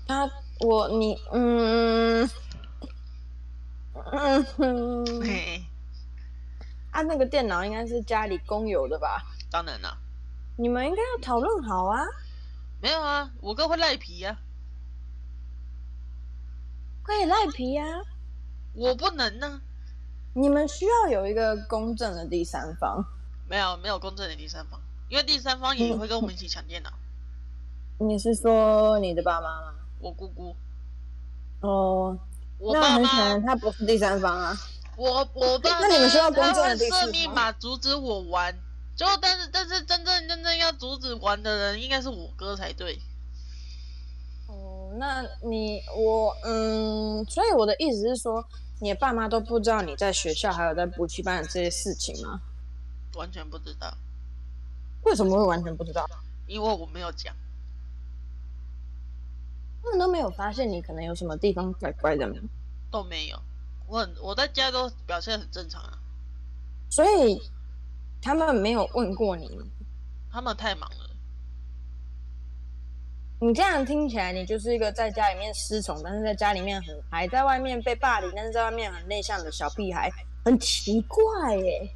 他我你嗯嗯哼
嘿，
啊，那个电脑应该是家里公有的吧？
当然啦，
你们应该要讨论好啊。
没有啊，我哥会赖皮啊，
可以赖皮啊！
我不能啊呢、
你们需要有一个公正的第三方。
没有没有公正的第三方，因为第三方也会跟我们一起抢电脑。
你是说你的爸妈吗？
我姑姑，
哦，
我
那
爸
很显
妈
然，他不是第三方啊。
我我爸
那你们需要
妈
公
他
正的
会
第
设
四
密
方
码阻止我玩，就但是但是真正真正要阻止玩的人应该是我哥才对。
哦，那你我嗯，所以我的意思是说，你的爸妈都不知道你在学校还有在补习班的这些事情吗？
完全不知道，
为什么会完全不知道？
因为我没有讲，
他们都没有发现你可能有什么地方怪怪的吗？
都没有。我很我在家都表现很正常啊，
所以他们没有问过你吗？
他们太忙了。
你这样听起来，你就是一个在家里面失宠，但是在家里面很嗨，在外面被霸凌，但是在外面很内向的小屁孩，很奇怪耶、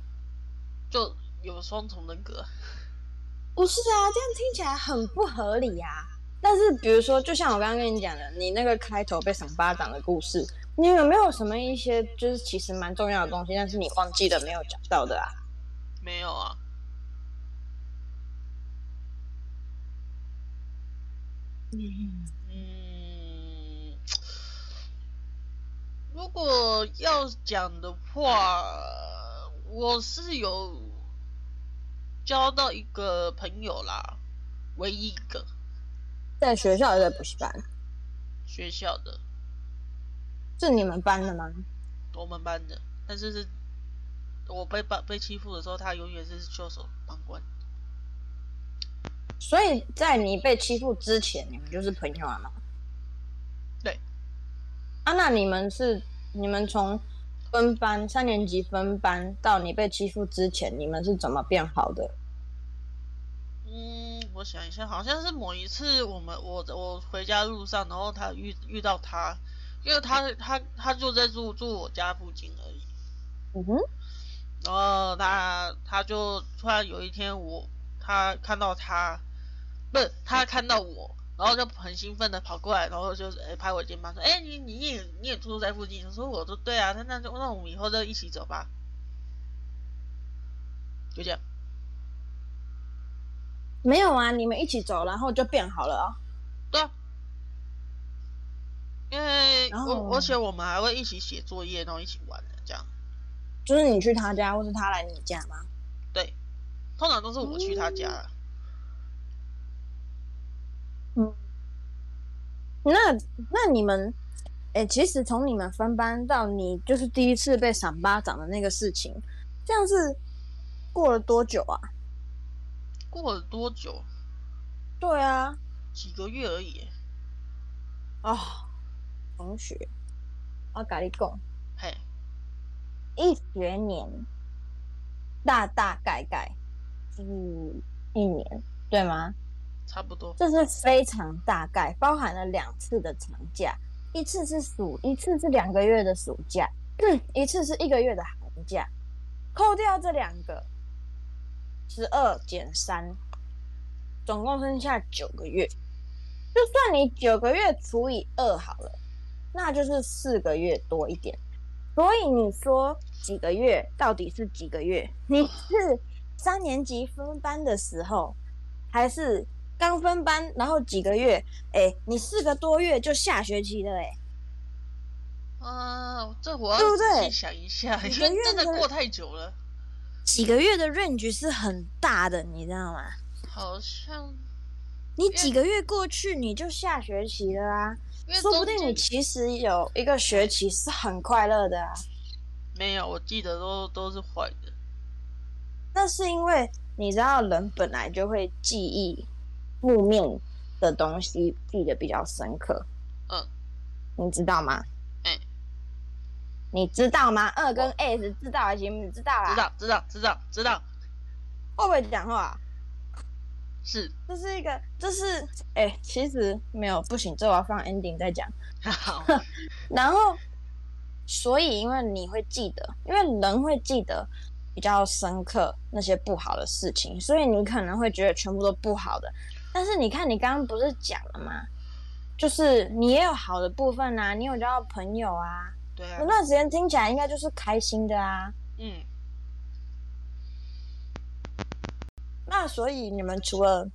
就有双重人格。
不是啊，这样听起来很不合理呀、但是比如说，就像我刚刚跟你讲的，你那个开头被赏巴掌的故事，你有没有什么一些就是其实蛮重要的东西，但是你忘记了没有讲到的啊？
没有啊，嗯，如果要讲的话，我是有交到一个朋友啦，唯一一个
在学校还是在补习班？
学校的，
是你们班的吗？
我们班的，但是是我被霸被欺负的时候，他永远是袖手旁观。
所以在你被欺负之前，你们就是朋友了吗？
对。
啊，那你们是你们从分班三年级分班到你被欺负之前，你们是怎么变好的？
嗯，我想一下，好像是某一次我们我我回家路上，然后他遇遇到他，因为他他他就在住住我家附近而已。
嗯哼，
然后他他就突然有一天我他看到他，不是他看到我，然后就很兴奋的跑过来，然后就是诶拍我肩膀说，哎、你你也你也住在附近，我说我说对啊，那那就那我们以后就一起走吧，就这样。
没有啊，你们一起走，然后就变好了啊、
对啊，因为
然
我
后
而且我们还会一起写作业，然后一起玩的这样。
就是你去他家，或是他来你家吗？
对，通常都是我去他家啦，
嗯，那那你们，哎、其实从你们分班到你就是第一次被赏巴掌的那个事情，这样是过了多久啊？嗯
过了多久？
对啊，
几个月而已耶。
啊、同学，我跟你讲，
嘿，
一学年大大概概就是一年，对吗？
差不多。
这是非常大概，包含了两次的长假，一次是暑，一次是两个月的暑假， 一次是一个月的寒假，扣掉这两个，十二减三，总共剩下九个月。就算你九个月除以二好了，那就是四个月多一点。所以你说几个月到底是几个月？你是三年级分班的时候，还是刚分班然后几个月？哎，你四个多月就下学期了哎。
啊，这我要
对不对
仔细想一下，
你
因
的
为
愿
真的
望
过太久了，
几个月的 range 是很大的，你知道吗？
好像
你几个月过去你就下学期了啊，
因为
说不
中
定你
间
其实有一个学期是很快乐的啊。
没有，我记得都都是坏的。
那是因为你知道人本来就会记忆负面的东西记得比较深刻，
嗯，
你知道吗？
哎
你知道吗？二跟 S 知道还行，你知道啦？
知道，知道，知道，知道，
会不会讲话啊？
是，
这是一个，这是哎、其实没有不行，这我要放 ending 再讲。
好，
然后，所以因为你会记得，因为人会记得比较深刻那些不好的事情，所以你可能会觉得全部都不好的。但是你看，你刚刚不是讲了吗？就是你也有好的部分啊，你有交到朋友啊，
对 啊
那，段时间听起来应该就是开心的啊。
嗯，
那所以你们除了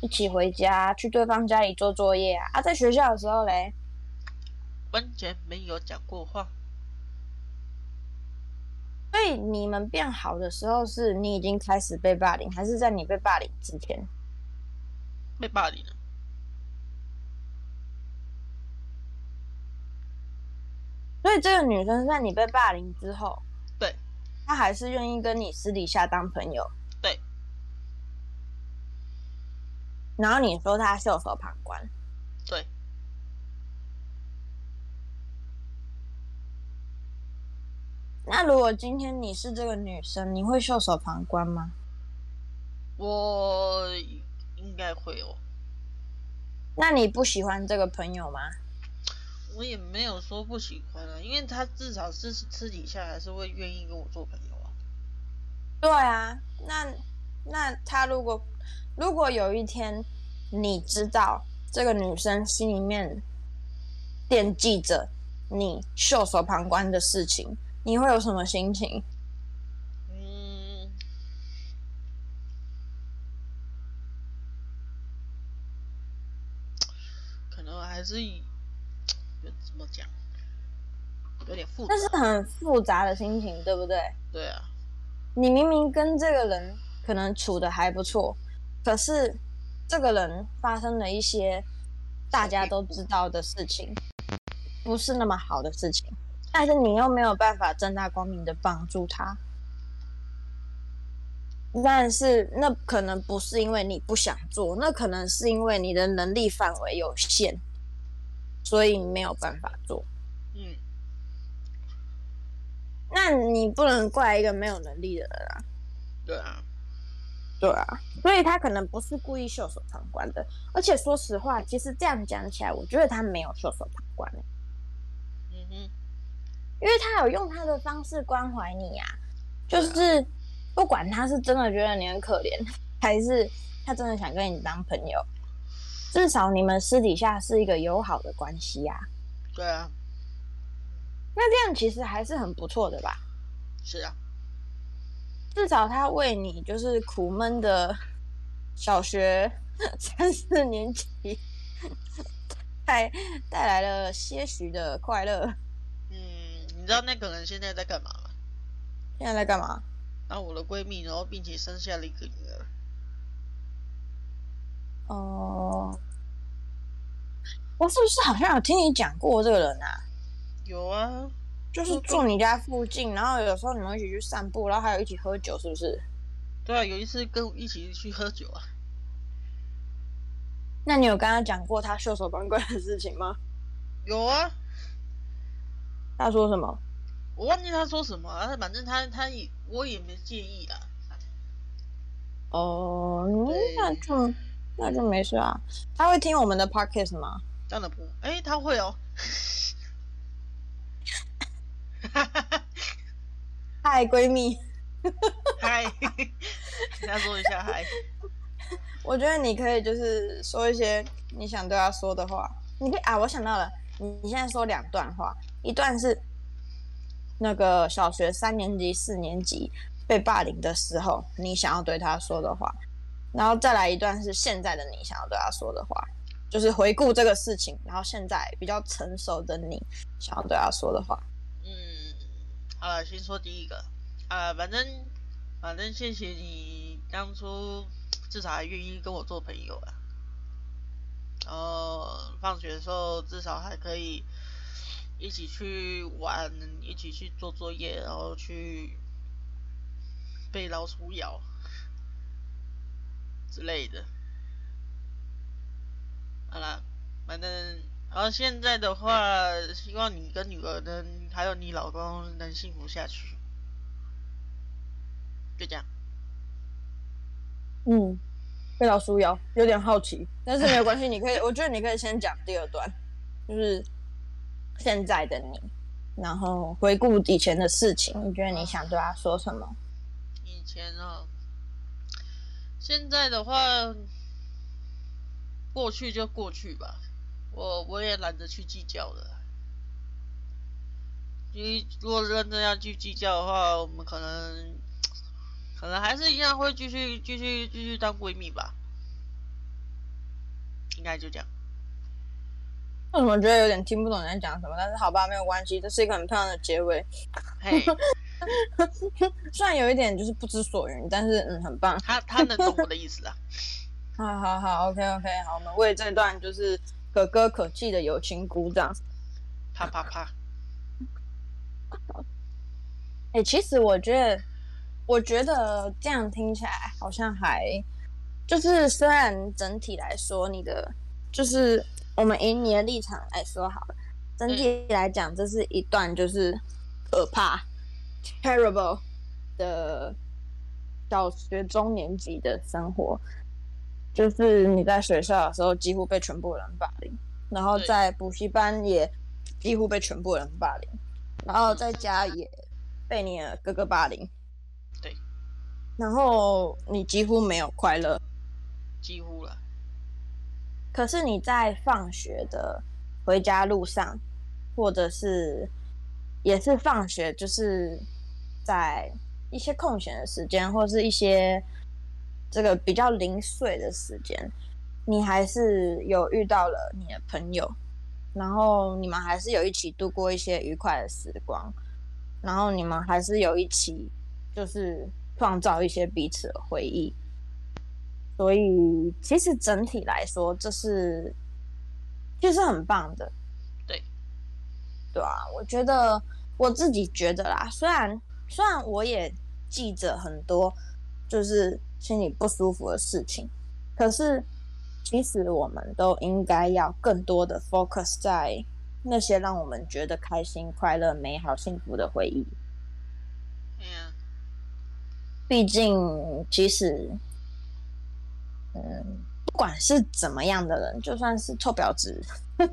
一起回家去对方家里做作业啊，啊在学校的时候嘞，
完全没有讲过话，
所以你们变好的时候，是你已经开始被霸凌，还是在你被霸凌之前？
被霸凌了。
所以这个女生在你被霸凌之后，
对，
她还是愿意跟你私底下当朋友。
对。
然后你说她袖手旁观，
对，
那如果今天你是这个女生，你会袖手旁观吗？
我应该会哦，
那你不喜欢这个朋友吗？
我也没有说不喜欢啊，因为他至少是私底下还是会愿意跟我做朋友啊。
对啊，那那她如果如果有一天你知道这个女生心里面惦记着你袖手旁观的事情，你会有什么心情？
嗯，可能还是以有怎么讲，有点复杂
那。是很复杂的心情，对不对？
对啊，
你明明跟这个人可能处的还不错，可是这个人发生了一些大家都知道的事情，不是那么好的事情，但是你又没有办法正大光明的帮助他。但是那可能不是因为你不想做，那可能是因为你的能力范围有限，所以没有办法做。
嗯，
那你不能怪一个没有能力的人啊。
对啊，
对啊，所以他可能不是故意袖手旁观的。而且说实话，其实这样讲起来，我觉得他没有袖手旁观欸、
嗯哼，
因为他有用他的方式关怀你呀、就是不管他是真的觉得你很可怜， 还是他真的想跟你当朋友，至少你们私底下是一个友好的关系呀、
对啊，
那这样其实还是很不错的吧？
是啊，
至少他为你就是苦闷的小学 三四年级 带带来了些许的快乐。
嗯，你知道那个人现在在干嘛吗？
现在在干嘛？
然后我的闺蜜，然后并且生下了一个女儿。
哦，我是不是好像有听你讲过这个人啊？
有啊，
就是住你家附近，然后有时候你们一起去散步，然后还有一起喝酒，是不是？
对啊，有一次跟我一起去喝酒啊，
那你有跟他讲过他袖手旁观的事情吗？
有啊，
他说什么？
我忘记他说什么啊，但反正他他也我也没介意啊。
哦，那就那就没事啊。他会听我们的 podcast 吗？
当然不，哎、他会哦。哈哈哈
嗨，闺蜜，
嗨， 跟他说一下嗨。
我觉得你可以就是说一些你想对她说的话。你可以啊，我想到了，你你现在说两段话，一段是那个小学三年级、四年级被霸凌的时候，你想要对她说的话，然后再来一段是现在的你想要对她说的话，就是回顾这个事情，然后现在比较成熟的你想要对她说的话。
嗯，好了，先说第一个啊、反正反正谢谢你当初至少还愿意跟我做朋友啊。然后放学的时候至少还可以一起去玩，一起去做作业，然后去被老鼠咬之类的。好啦，反正，然后现在的话，希望你跟女儿能，还有你老公能幸福下去。就这样，
嗯，被老鼠咬，有点好奇，但是没有关系，你可以，我觉得你可以先讲第二段，就是现在的你，然后回顾以前的事情，你觉得你想对他说什么？
以前哦，现在的话，过去就过去吧，我我也懒得去计较了。因为如果认真要去计较的话，我们可能可能还是一样会继续继续继续当闺蜜吧，应该就这样。
我怎么觉得有点听不懂你在讲什么？但是好吧，没有关系，这是一个很漂亮的结尾。
嘿，
虽然有一点就是不知所云，但是嗯，很棒。
他他能懂我的意思啊。
好好好，OK OK，好，我们为这段就是可歌可泣的友情鼓掌。
啪啪啪，
哎、其实我觉得，我觉得这样听起来好像还就是，虽然整体来说，你的就是我们以你的立场来说好了，整体来讲，这是一段就是可怕、terrible 的小学中年级的生活，就是你在学校的时候几乎被全部人霸凌，然后
对
在补习班也几乎被全部人霸凌，然后在家也被你的哥哥霸凌，
对，
然后你几乎没有快乐，
几乎了。
可是你在放学的回家路上，或者是也是放学，就是在一些空闲的时间，或是一些这个比较零碎的时间，你还是有遇到了你的朋友，然后你们还是有一起度过一些愉快的时光，然后你们还是有一起就是创造一些彼此的回忆。所以其实整体来说，这是其实很棒的，
对，
对啊，我觉得我自己觉得啦，虽然虽然我也记着很多就是心里不舒服的事情，可是其实我们都应该要更多的 focus 在那些让我们觉得开心、快乐、美好、幸福的回忆。
哎呀，
毕竟，其实，嗯，不管是怎么样的人，就算是臭婊子，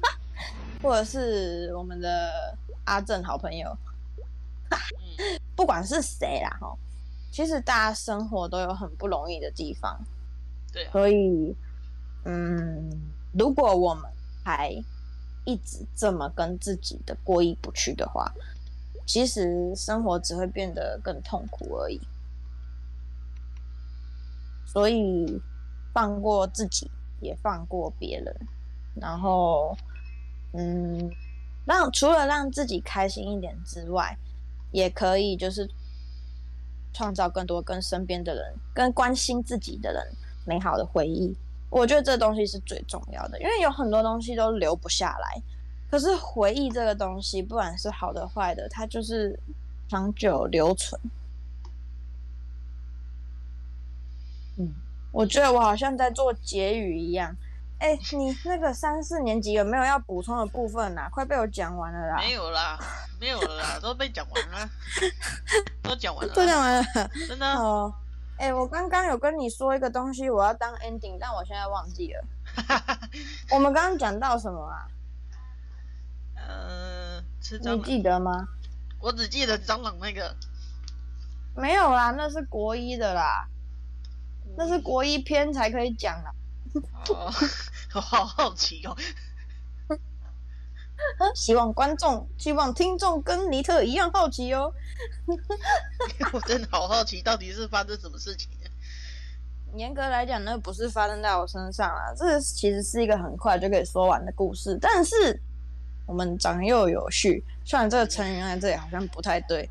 或者是我们的阿正好朋友，
嗯，
不管是谁啦，哈，其实大家生活都有很不容易的地方，
对啊，
所以，嗯，如果我们还一直这么跟自己的过意不去的话，其实生活只会变得更痛苦而已。所以，放过自己，也放过别人，然后，嗯，让除了让自己开心一点之外，也可以就是创造更多跟身边的人、跟关心自己的人美好的回忆。我觉得这东西是最重要的，因为有很多东西都留不下来。可是回忆这个东西，不管是好的坏的，它就是长久留存。嗯，我觉得我好像在做结语一样。哎、你那个三四年级有没有要补充的部分啊？快被我讲完了啦。
没有啦，没有了啦，都被讲完 了，都讲完了
都
啦，
讲完了。
真的 啊。
哦，哎、我刚刚有跟你说一个东西，我要当 ending，但我现在忘记了。我们刚刚讲到什么啊？
呃，吃
你
呃蟑螂，
记得吗？
我只记得蟑螂那个，
没有啦，那是国一的啦，那是国一篇才可以讲啦。
哦， 我好好奇哦。
希望观众、希望听众跟尼特一样好奇哦。
我真的好好奇，到底是发生什么事情呢？
严格来讲，那不是发生在我身上啦，这个其实是一个很快就可以说完的故事。但是我们长幼有序，虽然这个成语用在这里好像不太对，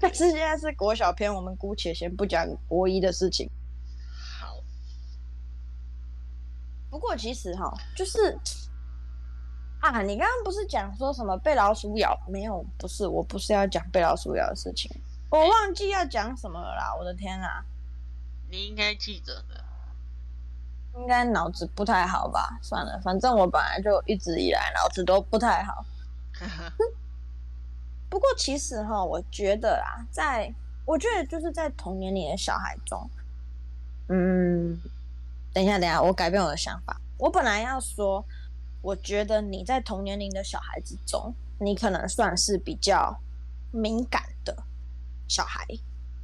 但是现在是国小篇，我们姑且先不讲国一的事情。
好，
不过其实哈，就是啊，你刚刚不是讲说什么被老鼠咬？没有，不是，我不是要讲被老鼠咬的事情，我忘记要讲什么了啦！我的天啊，
你应该记着的。
应该脑子不太好吧？算了，反正我本来就一直以来脑子都不太好。不过其实哈，我觉得啦，在我觉得就是在同年龄的小孩中，嗯，等一下，等一下，我改变我的想法。我本来要说，我觉得你在同年龄的小孩子中，你可能算是比较敏感的小孩，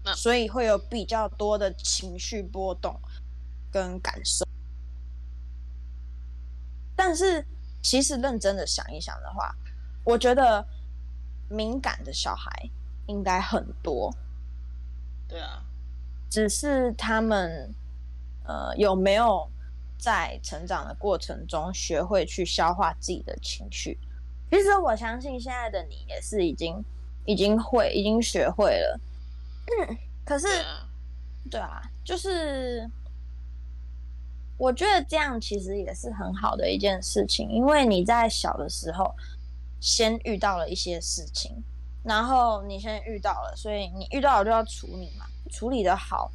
嗯
所以会有比较多的情绪波动跟感受。但是其实认真的想一想的话，我觉得敏感的小孩应该很多，
对啊，
只是他们呃有没有在成长的过程中学会去消化自己的情绪？其实我相信现在的你也是已经已经会已经学会了，嗯可是
对啊，
对啊，就是我觉得这样其实也是很好的一件事情，因为你在小的时候先遇到了一些事情，然后你先遇到了，所以你遇到了就要处理嘛，处理的好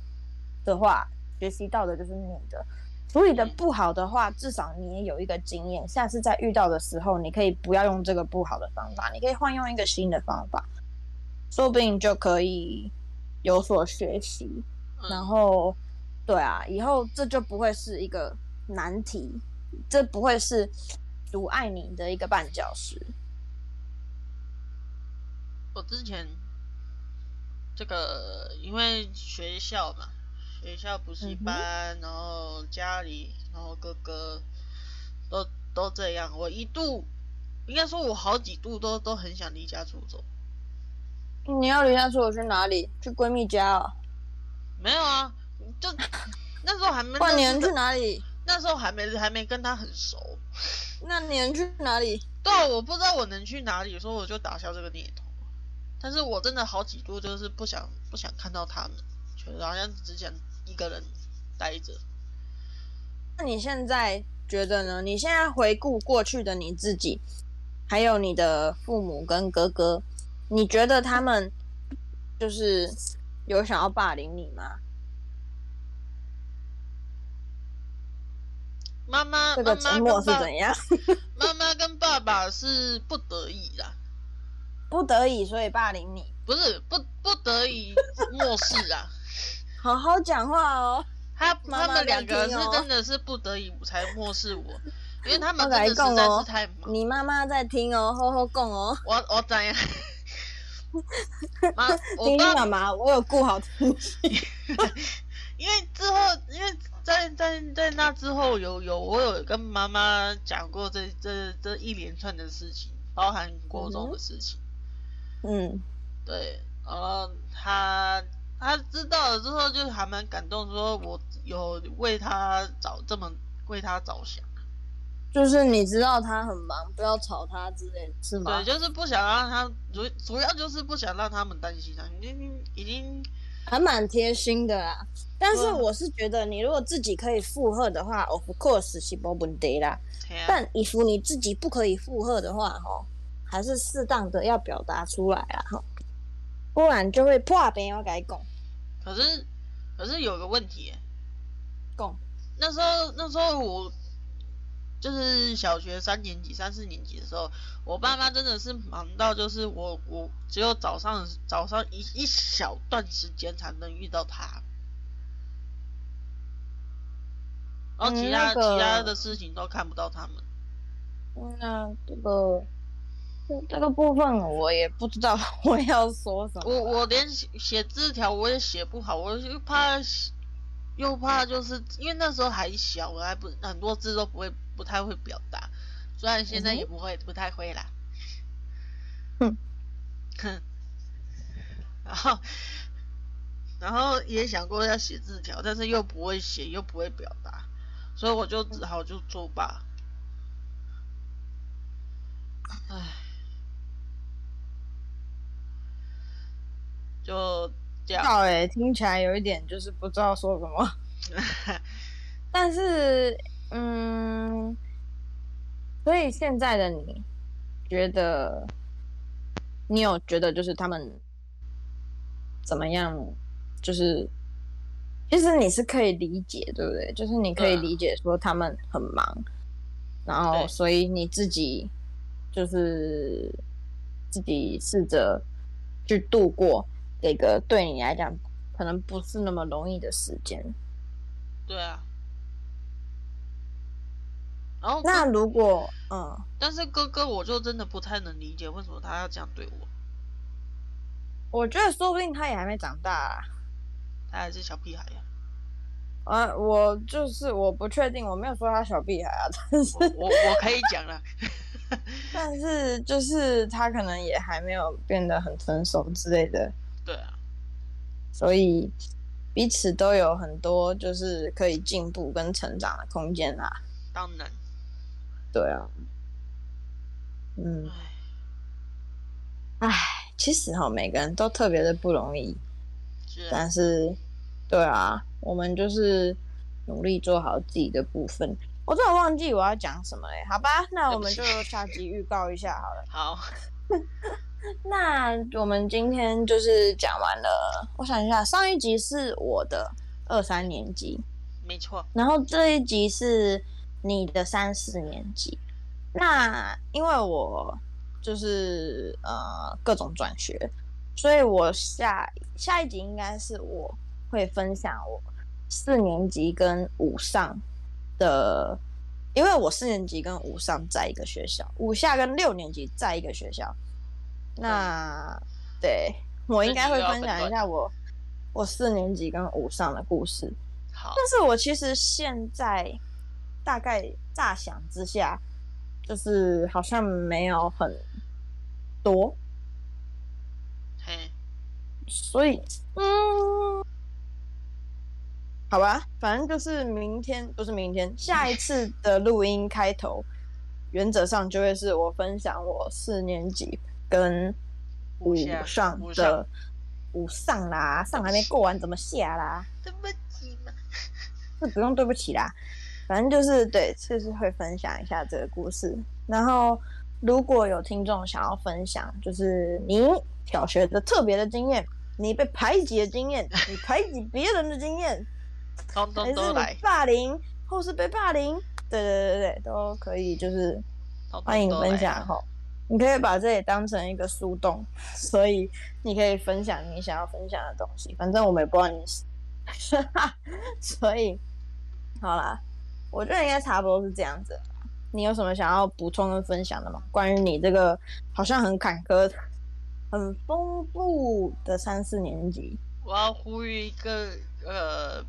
的话，学习到的就是你的；处理的
嗯
不好的话，至少你也有一个经验，下次再遇到的时候，你可以不要用这个不好的方法，你可以换用一个新的方法，说不定就可以有所学习。
嗯
然后，对啊，以后这就不会是一个难题，这不会是阻碍你的一个绊脚石。
我之前这个因为学校嘛，学校补习班，然后家里，然后哥哥都都这样。我一度应该说，我好几度都都很想离家出走。
你要离家出走去哪里？去闺蜜家哦。
没有啊，就那时候还没
不然你能
那时
去
候
哪里？
那时候还没还没跟他很熟。
那你能去哪里？
对啊，我不知道我能去哪里，所以我就打消这个念头。但是我真的好几度就是不想不想看到他们，觉得好像只想一个人待着。
那你现在觉得呢？你现在回顾过去的你自己，还有你的父母跟哥哥，你觉得他们就是有想要霸凌你吗？
妈妈
这个
妈
沉
妈
默
跟
是
爸
怎样？
妈妈跟爸爸是不得已啦，
不得已所以霸凌你，
不是不不得已漠视 啊。
好好讲话哦。
他
妈妈
他们两个
在听
是
哦
真的是不得已才漠视我，因为他们
我
真
来
的实
讲
在
哦
是太忙。
你妈妈在听哦，吼吼共哦。
我我 怎样？妈，我
丁丁
爸
妈妈，我有顾好听。
因为之后，因为在在在那之后有有我有跟妈妈讲过这这这一连串的事情，包含国中的事情。
嗯，
对，然后她她知道了之后，就还蛮感动，说我有为她着这么为她着想，
就是你知道她很忙，不要吵她之类的，是吗
对，？就是不想让她主主要就是不想让他们担心啊，已经已经
还蛮贴心的啦。但是
嗯
我是觉得，你如果自己可以附和的话，of course 是没问题啦。
嘿啊
但以服你自己不可以附和的话，吼，还是适当的要表达出来啦，吼，不然就会破别人改拱
可是可是有个问题耶、
拱。
那时候那时候我就是小学三年级、三四年级的时候，我爸妈真的是忙到就是我我只有早上早上一一小段时间才能遇到他，然
嗯
后其他、
那个哦
其他的事情都看不到他们。
那这个这个部分我也不知道 我要说什么。
我我连写写字条我也写不好，我就怕写，又怕就是因为那时候还小，我还不很多字都不会，不太会表达。虽然现在也不会，不太会啦。
哼，
哼。 然后，然后也想过要写字条，但是又不会写，又不会表达，所以我就只好就作罢。唉，就这样。
好哎、听起来有一点就是不知道说什 么，但是嗯，所以现在的你觉得，你有觉得就是他们怎么样？就是其实你是可以理解，对不对？就是你可以
对啊
理解说他们很忙，然后
对
所以你自己就是自己试着去度过这个对你来讲可能不是那么容易的时间。
对啊。然后
那如果嗯，
但是哥哥，我就真的不太能理解为什么他要这样对我，
我觉得说不定他也还没长大啊。
他还是小屁孩呀、
呃，我就是我不确定，我没有说他小屁孩啊，但是
我我我可以讲了，
但是就是他可能也还没有变得很成熟之类的，
对啊，
所以彼此都有很多就是可以进步跟成长的空间啊。
当然，
对啊，嗯，
唉，
唉，其实哈，每个人都特别的不容易，
是啊，
但是，对啊，我们就是努力做好自己的部分。我真的忘记我要讲什么嘞，好吧，那我们 就
对不
下集预告一下好了。
好，
那我们今天就是讲完了，我想一下，上一集是我的二三年级，
没错，
然后这一集是你的三四年级。那因为我就是呃各种转学，所以我下下一集应该是我会分享我四年级跟五上的，因为我四年级跟五上在一个学校，五下跟六年级在一个学校。那对我应该会分享一下我我四年级跟五上的故事。
好，
但是我其实现在大概乍想之下，就是好像没有很多，
嘿，
所以嗯，好吧，反正就是明天不是明天，下一次的录音开头，原则上就会是我分享我四年级跟
五
五
下
上
五上
的五上啦，上还没过完怎么下啦？
对不起嘛，
是不用对不起啦，反正就是对，就是会分享一下这个故事。然后如果有听众想要分享，就是你小学的特别的经验，你被排挤的经验，你排挤别人的经验，
通
还
通
是
都来
你，霸凌或是被霸凌，对对对对，都可以，就是
通通都来
欢迎分享吼。你可以把这里当成一个树洞，所以你可以分享你想要分享的东西。反正我们也不知道你是， 所以好啦，我觉得应该差不多是这样子。你有什么想要补充跟分享的吗？关于你这个好像很坎坷、很丰富的三四年级，
我要呼吁一个呃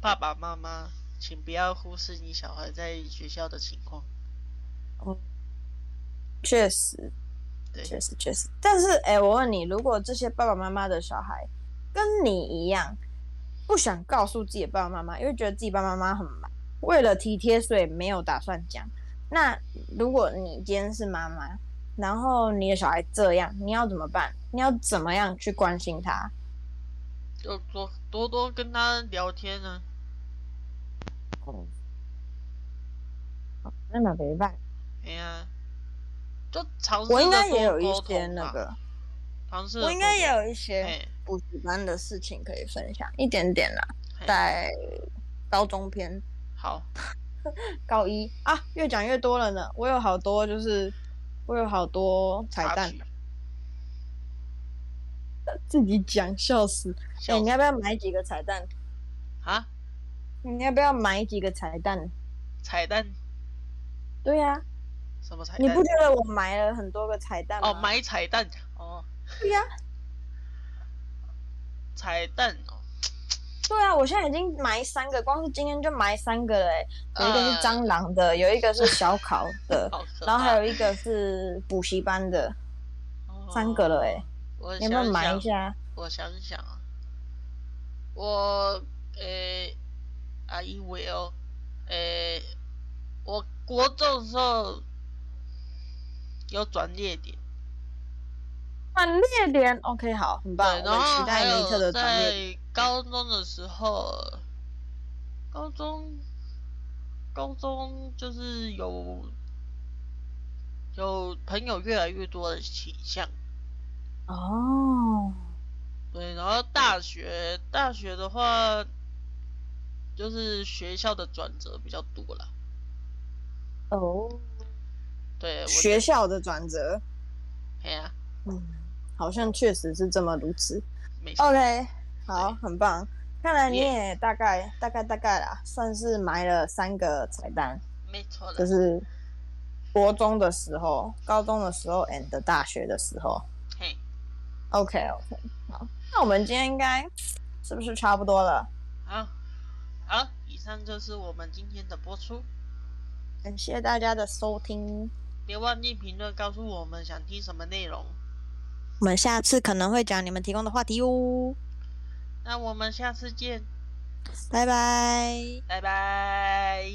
爸爸妈妈，请不要忽视你小孩在学校的情况，
确实
对，
确实确实，但是哎、诶我问你，如果这些爸爸妈妈的小孩跟你一样，不想告诉自己的爸爸妈妈，因为觉得自己爸爸妈妈很忙，为了体贴，所以没有打算讲。那如果你今天是妈妈，然后你的小孩这样，你要怎么办？你要怎么样去关心他？
就多多多跟他聊天呢、
哦，那么没办法，
哎呀、就尝试
我应
着
该也
多
有一
沟
些
通
那
吧，
个，
尝试着
我应该
多
也有一
沟哎
些
嘿
补习班的事情可以分享，一点点啦，
嘿
在高中篇。
好，
高一啊，越讲越多了呢。我有好多就是，我有好多彩
插
蛋哎
曲，
自己讲笑死。哎、
笑
你
死
要不要买几个彩蛋？
啊，
你要不要买几个彩蛋？
彩蛋
对呀、
什么彩
你
蛋？
不觉得我埋了很多个彩蛋吗？
哦，买彩蛋哦，
对呀、
彩蛋哦，
对啊，我现在已经埋三个，光是今天就埋三个了欸、有一个是
呃
蟑螂的，有一个是小考 的，
好可怕
然后还有一个是补习班的，三个了欸
哦我
你有没有
想
埋一
想
下？
我想想啊，我诶、阿姨 will 诶、我国中的时候有转列点，
转列点，OK，好，很棒，
对，
我
然
们
后
期
还
待尼克
有
的转列点。
在高中的时候，高中高中就是有有朋友越来越多的倾向，
哦，
对，然后大学大学的话，就是学校的转折比较多啦。
哦，
对，我
学校的转折，
哎呀，
嗯，好像确实是这么如此。
没事。
OK，好，
对
很棒。看来你
耶
也大概、大概、大概啦，算是埋了三个彩蛋。
没错
就
的。
是国中的时候、高中的时候 and 大学的时候。
嘿，
OK OK，好，那我们今天应该是不是差不多了？
好，好，以上就是我们今天的播出。
感谢大家的收听，
别忘记评论告诉我们想听什么内容。
我们下次可能会讲你们提供的话题哦，
那我们下次见，
拜拜。
拜拜。